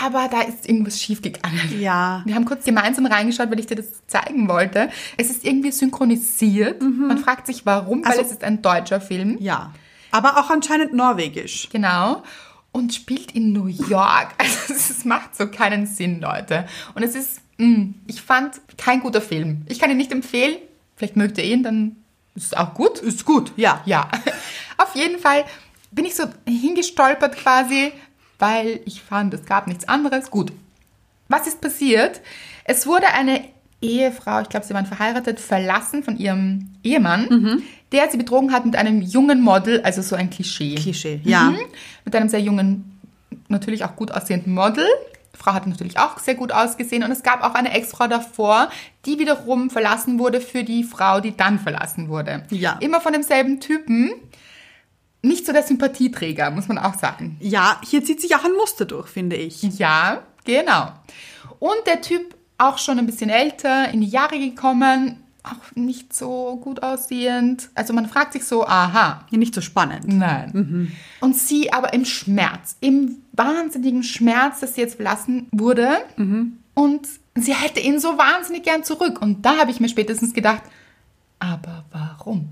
Aber da ist irgendwas schiefgegangen. Ja. Wir haben kurz gemeinsam reingeschaut, weil ich dir das zeigen wollte. Es ist irgendwie synchronisiert. Man fragt sich warum, weil Also- es ist ein deutscher Film. Ja. Aber auch anscheinend norwegisch. Genau. Und spielt in New York. [laughs] Also es ist- macht so keinen Sinn, Leute. Und es ist, mh, ich fand, kein guter Film. Ich kann ihn nicht empfehlen. Vielleicht mögt ihr ihn, dann ist es auch gut. Ist gut, ja. Ja, [laughs] auf jeden Fall bin ich so hingestolpert quasi, weil ich fand, es gab nichts anderes. Gut, was ist passiert? Es wurde eine Ehefrau, ich glaube, sie waren verheiratet, verlassen von ihrem Ehemann, Mhm. der sie betrogen hat mit einem jungen Model, also so ein Klischee. Klischee, ja. Mhm. Mit einem sehr jungen, natürlich auch gut aussehenden Model. Frau hat natürlich auch sehr gut ausgesehen und es gab auch eine Ex-Frau davor, die wiederum verlassen wurde für die Frau, die dann verlassen wurde. Ja. Immer von demselben Typen. Nicht so der Sympathieträger, muss man auch sagen. Ja, hier zieht sich auch ein Muster durch, finde ich. Ja, genau. Und der Typ auch schon ein bisschen älter, in die Jahre gekommen, auch nicht so gut aussehend. Also man fragt sich so, aha, Nicht so spannend. Nein. Mhm. Und sie aber im Schmerz, im wahnsinnigen Schmerz, dass sie jetzt verlassen wurde. Und sie hätte ihn so wahnsinnig gern zurück. Und da habe ich mir spätestens gedacht, aber warum?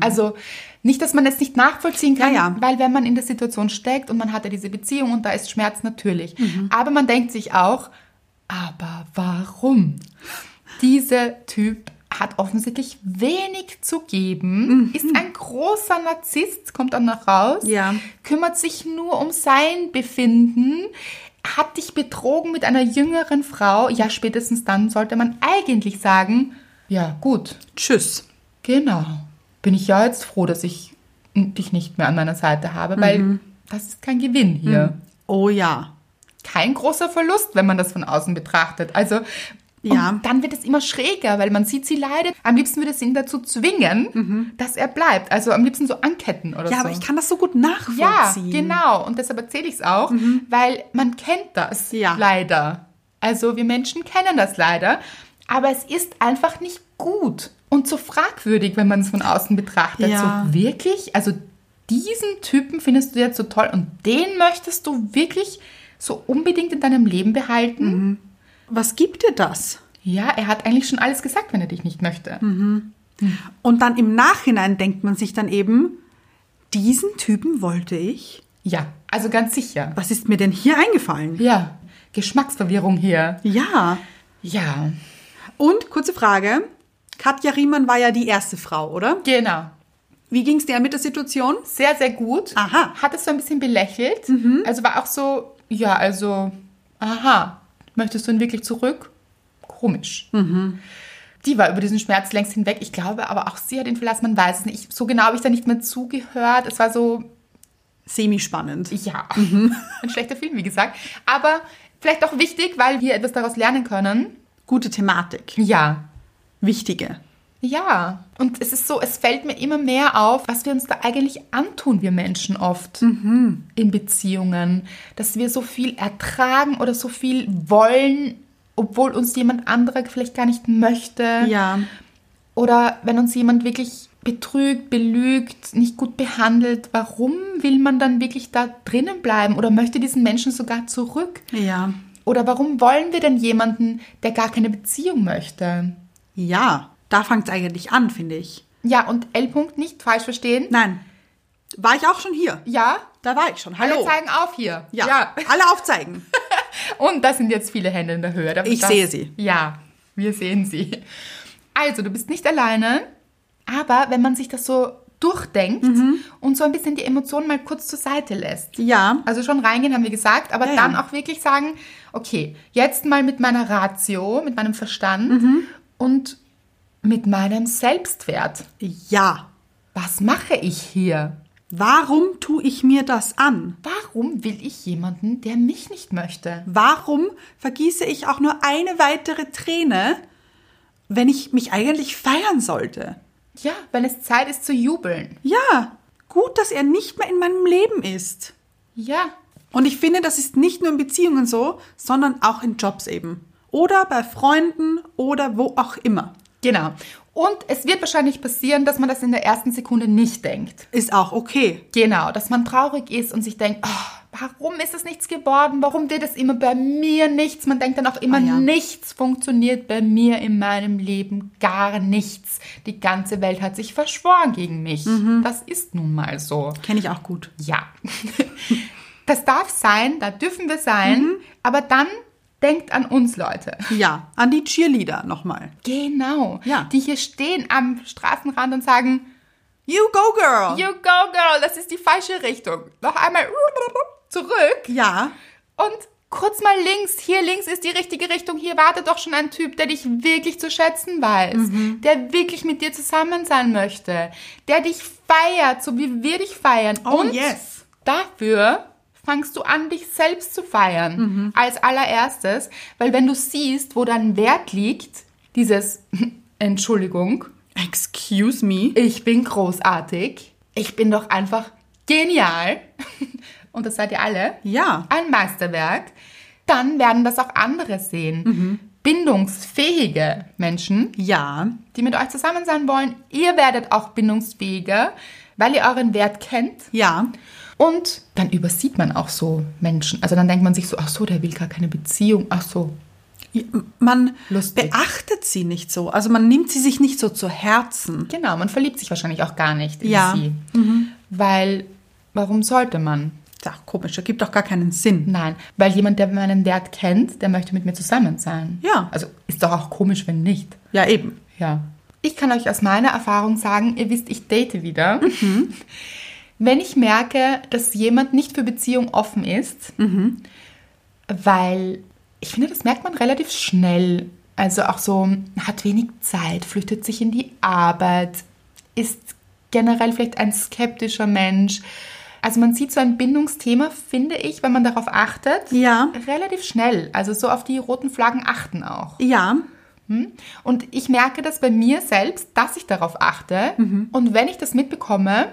Also nicht, dass man es nicht nachvollziehen kann, Mhm. Ja, ja. weil wenn man in der Situation steckt und man hatte diese Beziehung und da ist Schmerz natürlich. Mhm. Aber man denkt sich auch, aber warum? Dieser Typ hat offensichtlich wenig zu Mhm. geben, ist ein großer Narzisst, kommt dann noch raus, Ja. kümmert sich nur um sein Befinden, hat dich betrogen mit einer jüngeren Frau. Ja, spätestens dann sollte man eigentlich sagen, ja gut, Tschüss. genau, bin ich ja jetzt froh, dass ich dich nicht mehr an meiner Seite habe, Mhm. weil das ist kein Gewinn hier Oh ja. kein großer Verlust, wenn man das von außen betrachtet. Also Ja. und dann wird es immer schräger, weil man sieht, sie leidet. Am liebsten würde es ihn dazu zwingen, dass er bleibt. Also am liebsten so anketten oder Mhm. Ja, so. aber ich kann das so gut ja, nachvollziehen. genau. Und deshalb erzähle ich es auch, weil man kennt das Mhm. Ja. leider. Also wir Menschen kennen das leider. Aber es ist einfach nicht gut und so fragwürdig, wenn man es von außen betrachtet. Ja. So wirklich? Also diesen Typen findest du jetzt so toll und den möchtest du wirklich so unbedingt in deinem Leben behalten? Mhm. Was gibt dir das? Ja, er hat eigentlich schon alles gesagt, wenn er dich nicht möchte. Mhm. Und dann im Nachhinein denkt man sich dann eben, diesen Typen wollte ich. Ja, also ganz sicher. Was ist mir denn hier eingefallen? Ja, Geschmacksverwirrung hier. Ja. Ja, Und kurze Frage. Katja Riemann war ja die erste Frau, oder? genau. Wie ging es dir mit der Situation? Sehr, sehr gut. Aha. Hat es so ein bisschen belächelt. Also war auch so, ja, also, aha, möchtest du ihn wirklich zurück? Komisch. Die war über diesen Schmerz längst hinweg. Ich glaube aber auch sie hat ihn verlassen, man weiß es nicht. Ich, so genau habe ich da nicht mehr zugehört. Es war so, Semi-spannend. ja, [laughs] ein schlechter Film, wie gesagt. Aber vielleicht auch wichtig, weil wir etwas daraus lernen können. Gute Thematik. Ja, Wichtige. Ja, und es ist so, es fällt mir immer mehr auf, was wir uns da eigentlich antun, wir Menschen oft Mhm. in Beziehungen, dass wir so viel ertragen oder so viel wollen, obwohl uns jemand anderer vielleicht gar nicht möchte. Ja. Oder wenn uns jemand wirklich betrügt, belügt, nicht gut behandelt, warum will man dann wirklich da drinnen bleiben oder möchte diesen Menschen sogar zurück? Ja. Oder warum wollen wir denn jemanden, der gar keine Beziehung möchte? Ja. Da fängt es eigentlich an, finde ich. Ja, und L-Punkt nicht falsch verstehen. Nein. War ich auch schon hier? Ja, Da war ich schon. alle Hallo. zeigen auf hier. ja. Alle aufzeigen. Und da sind jetzt viele Hände in der Höhe. damit Ich das- sehe sie. Ja, wir sehen sie. Also, du bist nicht alleine, aber wenn man sich das so durchdenkt Mhm. und so ein bisschen die Emotionen mal kurz zur Seite lässt. Ja. Also schon reingehen, haben wir gesagt, aber Ja, ja. dann auch wirklich sagen, okay, jetzt mal mit meiner Ratio, mit meinem Verstand Mhm. und mit meinem Selbstwert. Ja. Was mache ich hier? Warum tue ich mir das an? Warum will ich jemanden, der mich nicht möchte? Warum vergieße ich auch nur eine weitere Träne, wenn ich mich eigentlich feiern sollte? Ja, wenn es Zeit ist zu jubeln. Ja, gut, dass er nicht mehr in meinem Leben ist. Ja, Und ich finde, das ist nicht nur in Beziehungen so, sondern auch in Jobs eben. Oder bei Freunden oder wo auch immer. genau. Und es wird wahrscheinlich passieren, dass man das in der ersten Sekunde nicht denkt. Ist auch okay. Genau, dass man traurig ist und sich denkt, oh, warum ist es nichts geworden? Warum wird es immer bei mir nichts? Man denkt dann auch immer, Ah, ja. nichts funktioniert bei mir in meinem Leben, gar nichts. Die ganze Welt hat sich verschworen gegen mich. Mhm. Das ist nun mal so. Kenne ich auch gut. Ja. [laughs] Das darf sein, da dürfen wir sein, Mhm. aber dann denkt an uns, Leute. Ja, an die Cheerleader nochmal. Genau. Ja. Die hier stehen am Straßenrand und sagen, You go, girl! You go, girl, das ist die falsche Richtung. Noch einmal zurück Ja, und kurz mal links. Hier links ist die richtige Richtung. Hier wartet doch schon ein Typ, der dich wirklich zu schätzen weiß, Mhm. der wirklich mit dir zusammen sein möchte, der dich feiert, so wie wir dich feiern. Oh, und yes. dafür fangst du an, dich selbst zu feiern. Mhm. Als allererstes, weil wenn du siehst, wo dein Wert liegt, dieses [laughs] Entschuldigung, excuse me. ich bin großartig. Ich bin doch einfach genial. [laughs] Und das seid ihr alle. Ja. Ein Meisterwerk. Dann werden das auch andere sehen. Bindungsfähige Menschen, Ja, die mit euch zusammen sein wollen. Ihr werdet auch bindungsfähiger, weil ihr euren Wert kennt. ja, Und dann übersieht man auch so Menschen. Also dann denkt man sich so, ach so, der will gar keine Beziehung. Ach so. man Lustig. beachtet sie nicht so. Also man nimmt sie sich nicht so zu Herzen. Genau, man verliebt sich wahrscheinlich auch gar nicht in Ja. sie. Weil, warum sollte man? Ach, komisch, das gibt doch gar keinen Sinn. Nein, weil jemand, der meinen Wert kennt, der möchte mit mir zusammen sein. Ja. Also ist doch auch komisch, wenn nicht. Ja, eben. Ja. Ich kann euch aus meiner Erfahrung sagen, ihr wisst, ich date wieder. [laughs] Wenn ich merke, dass jemand nicht für Beziehung offen ist, weil ich finde, das merkt man relativ schnell. Also auch so, hat wenig Zeit, flüchtet sich in die Arbeit, ist generell vielleicht ein skeptischer Mensch. Also man sieht so ein Bindungsthema, finde ich, wenn man darauf achtet, Ja. relativ schnell. Also so auf die roten Flaggen achten auch. Ja, Und ich merke das bei mir selbst, dass ich darauf achte. Und wenn ich das mitbekomme,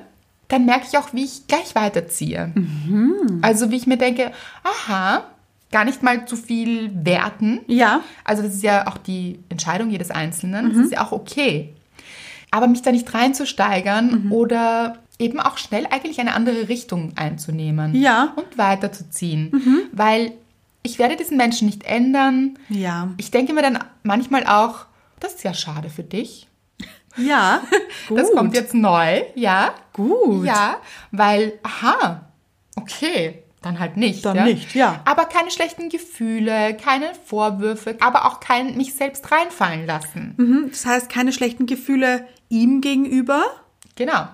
dann merke ich auch, wie ich gleich weiterziehe. Also wie ich mir denke, aha, gar nicht mal zu viel werten. ja, Also das ist ja auch die Entscheidung jedes Einzelnen. Das ist ja auch okay. Aber mich da nicht reinzusteigern oder eben auch schnell eigentlich eine andere Richtung einzunehmen Ja. und weiterzuziehen. Weil ich werde diesen Menschen nicht ändern. ja, Ich denke mir dann manchmal auch, das ist ja schade für dich. ja. [laughs] Das kommt jetzt neu, ja? Gut. Ja, weil, aha, okay, dann halt nicht. Dann ja? nicht, ja. Aber keine schlechten Gefühle, keine Vorwürfe, aber auch kein mich selbst reinfallen lassen. Mhm, Das heißt, keine schlechten Gefühle ihm gegenüber, Genau.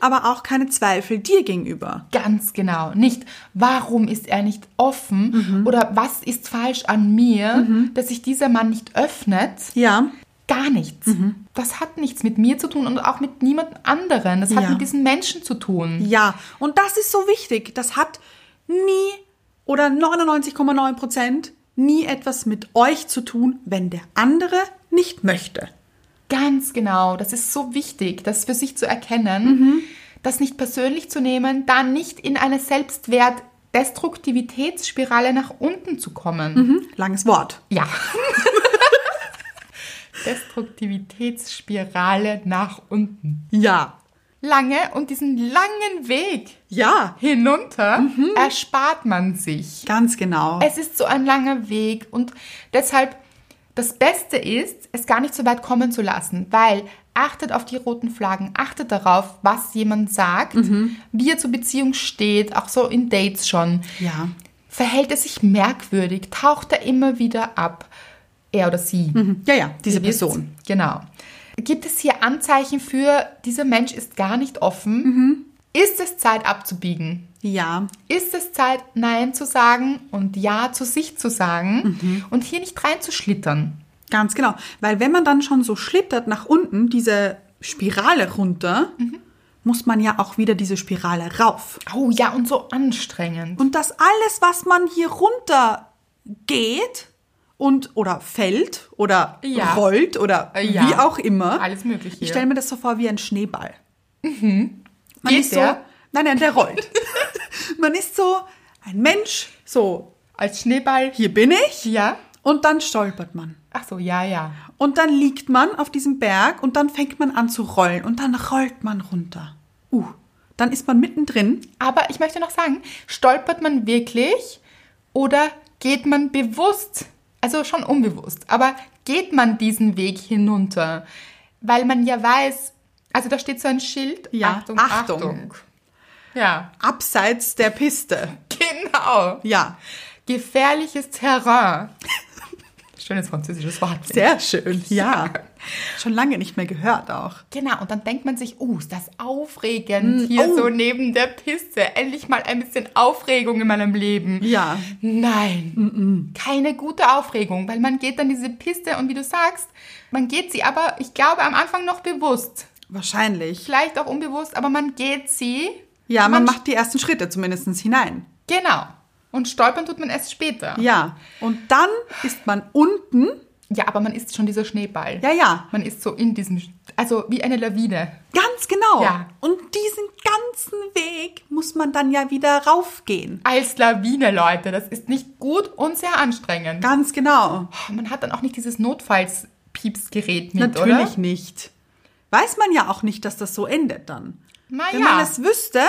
aber auch keine Zweifel dir gegenüber. Ganz genau. Nicht, warum ist er nicht offen Mhm. oder was ist falsch an mir, dass sich dieser Mann nicht öffnet. Ja. Gar nichts. Mhm. Das hat nichts mit mir zu tun und auch mit niemand anderen. Das hat Ja. mit diesen Menschen zu tun. Ja, und das ist so wichtig. Das hat nie oder 99,9 Prozent nie etwas mit euch zu tun, wenn der andere nicht möchte. Ganz genau. Das ist so wichtig, das für sich zu erkennen, das nicht persönlich zu nehmen, da nicht in eine Selbstwert-Destruktivitätsspirale nach unten zu kommen. Hm? Langes Wort. Ja. [laughs] Destruktivitätsspirale nach unten. Ja. Lange und diesen langen Weg Ja, hinunter erspart man sich. ganz genau. Es ist so ein langer Weg und deshalb das Beste ist, es gar nicht so weit kommen zu lassen, weil achtet auf die roten Flaggen, achtet darauf, was jemand sagt, Mhm. wie er zur Beziehung steht, auch so in Dates schon. ja. Verhält er sich merkwürdig, taucht er immer wieder ab, er oder sie. Ja, ja, Mhm. diese Ihr wisst, Person. Genau. Gibt es hier Anzeichen für, dieser Mensch ist gar nicht offen? Mhm. Ist es Zeit abzubiegen? Ja, Ist es Zeit, Nein zu sagen und Ja zu sich zu sagen Mhm. und hier nicht reinzuschlittern? ganz genau. Weil wenn man dann schon so schlittert nach unten, diese Spirale runter, Mhm. muss man ja auch wieder diese Spirale rauf. Oh ja, und so anstrengend. Und dass alles, was man hier runter geht und oder fällt oder Ja. rollt oder Äh, ja. wie auch immer. Alles möglich hier. Mhm. Ich stelle mir das so vor wie ein Schneeball. Man Geht ist so, der? nein, nein, der [laughs] rollt. man ist so ein Mensch, so Als Schneeball. hier bin ich Ja. und dann stolpert man. Ach so, ja, ja. Und dann liegt man auf diesem Berg und dann fängt man an zu rollen und dann rollt man runter. Uh, dann ist man mittendrin. Aber ich möchte noch sagen, stolpert man wirklich oder geht man bewusst, also schon unbewusst, aber geht man diesen Weg hinunter? Weil man ja weiß, also da steht so ein Schild. Ja, Achtung, Achtung. Achtung. Ja, Abseits der Piste. genau. Ja, [laughs] Gefährliches Terrain. Schönes französisches Wort. sehr [laughs] schön. Ja. Schon lange nicht mehr gehört auch. Genau, und dann denkt man sich, oh, ist das aufregend, hier oh. so neben der Piste. Endlich mal ein bisschen Aufregung in meinem Leben. Ja. Mm, Nein, keine gute Aufregung, weil man geht dann diese Piste und wie du sagst, man geht sie aber, ich glaube, am Anfang noch bewusst, Wahrscheinlich. vielleicht auch unbewusst, aber man geht sie. Ja, man sch- macht die ersten Schritte zumindest hinein. Genau. Und stolpern tut man erst später. Ja. Und dann ist man unten. Ja, aber man ist schon dieser Schneeball. Ja, ja. Man ist so in diesem, also wie eine Lawine. Ganz genau. Ja. Und diesen ganzen Weg muss man dann ja wieder raufgehen. Als Lawine, Leute, das ist nicht gut und sehr anstrengend. Ganz genau. Oh, Man hat dann auch nicht dieses Notfallspiepsgerät mit, oder? Natürlich nicht. Weiß man ja auch nicht, dass das so endet dann. Na Wenn ja. man es wüsste,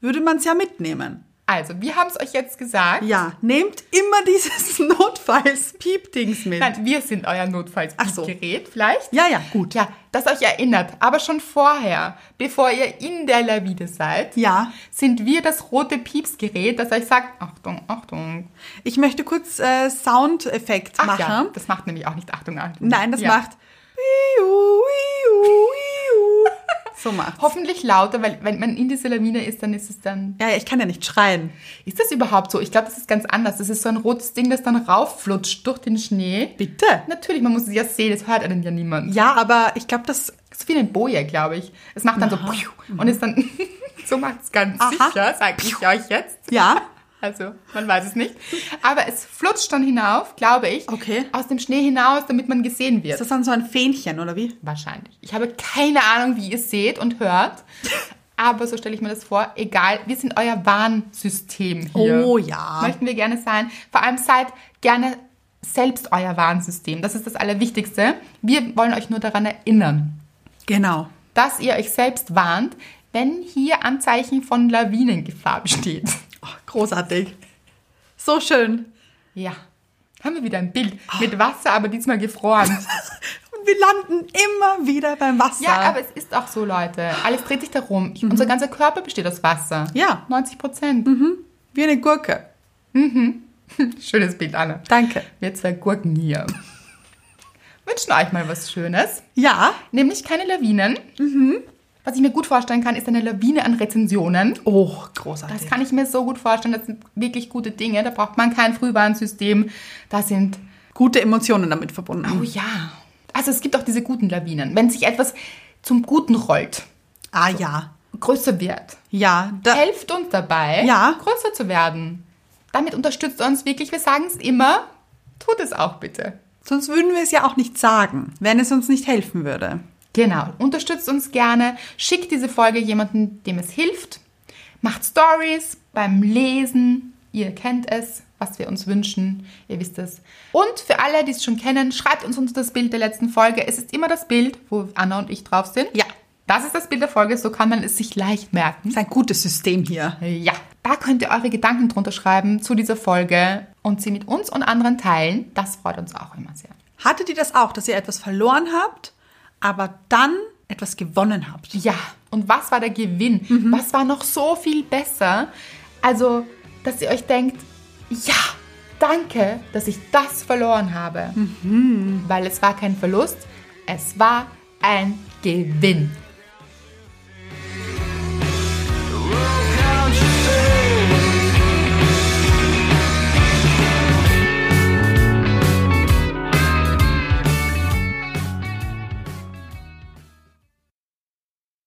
würde man es ja mitnehmen. Also, wir haben es euch jetzt gesagt. Ja, nehmt immer [laughs] dieses Notfalls-Piep-Dings mit. Nein, wir sind euer Ach so. Notfallspiepsgerät vielleicht. Ja, ja, gut. Ja, das euch erinnert. Aber schon vorher, bevor ihr in der Lawine seid, Ja. sind wir das rote Piepsgerät, das euch sagt, Achtung, Achtung. Ich möchte kurz äh, Soundeffekt Ach machen. ja, das macht nämlich auch nicht Achtung, Achtung. Nein, das ja. macht. Iu, [laughs] iu, iu. So macht. Hoffentlich lauter, weil wenn man in dieser Lawine ist, dann ist es dann... Ja, ja, ich kann ja nicht schreien. Ist das überhaupt so? Ich glaube, das ist ganz anders. Das ist so ein rotes Ding, das dann raufflutscht durch den Schnee. Bitte? Natürlich, man muss es ja sehen, das hört einen ja niemand. Ja, aber ich glaube, das. So wie eine Boje, glaube ich. Es macht dann so piu und ist dann, [laughs] so macht es ganz Mhm. Aha. sicher, sag ich euch jetzt. Ja. Also, man weiß es nicht. Aber es flutscht dann hinauf, glaube ich, Okay. aus dem Schnee hinaus, damit man gesehen wird. Ist das dann so ein Fähnchen oder wie? Wahrscheinlich. Ich habe keine Ahnung, wie ihr seht [laughs] und hört. Aber so stelle ich mir das vor. Egal, wir sind euer Warnsystem hier. Oh ja. Möchten wir gerne sein. Vor allem seid gerne selbst euer Warnsystem. Das ist das Allerwichtigste. Wir wollen euch nur daran erinnern Genau. dass ihr euch selbst warnt, wenn hier Anzeichen von Lawinengefahr besteht. Oh, großartig. So schön. [laughs] Ja, haben wir wieder ein Bild mit Wasser, aber diesmal gefroren. Und wir landen immer wieder beim Wasser. [laughs] Ja, aber es ist auch so, Leute. Alles dreht sich darum. Ich, Unser ganzer Körper besteht aus Wasser. Ja. 90 Prozent. wie eine Gurke. Schönes Bild, Anna. Danke. Wir zwei Gurken hier. [laughs] Wünschen euch mal was Schönes. Ja, Mhm. Nämlich keine Lawinen. Was ich mir gut vorstellen kann, ist eine Lawine an Rezensionen. Oh, Das großartig. kann ich mir so gut vorstellen. Das sind wirklich gute Dinge. Da braucht man kein Frühwarnsystem. Da sind, Gute Emotionen damit verbunden. oh ja. Also es gibt auch diese guten Lawinen. Wenn sich etwas zum Guten rollt, Ah ja. größer wird, Ja, da, helft uns dabei, Ja. größer zu werden. Damit unterstützt ihr uns wirklich. Wir sagen es immer. Tut es auch bitte. sonst würden wir es ja auch nicht sagen, wenn es uns nicht helfen würde. Genau. Unterstützt uns gerne. Schickt diese Folge jemandem, dem es hilft. Macht Stories beim Lesen. Ihr kennt es, was wir uns wünschen. Ihr wisst es. Und für alle, die es schon kennen, schreibt uns unter das Bild der letzten Folge. Es ist immer das Bild, wo Anna und ich drauf sind. Ja. Das ist das Bild der Folge. So kann man es sich leicht merken. Das ist ein gutes System hier. Ja, da könnt ihr eure Gedanken drunter schreiben zu dieser Folge und sie mit uns und anderen teilen. Das freut uns auch immer sehr. Hattet ihr das auch, dass ihr etwas verloren habt, aber dann etwas gewonnen habt? Ja, und was war der Gewinn? Was war noch so viel besser? Also, dass ihr euch denkt, ja, danke, dass ich das verloren habe. Weil es war kein Verlust, es war ein Gewinn.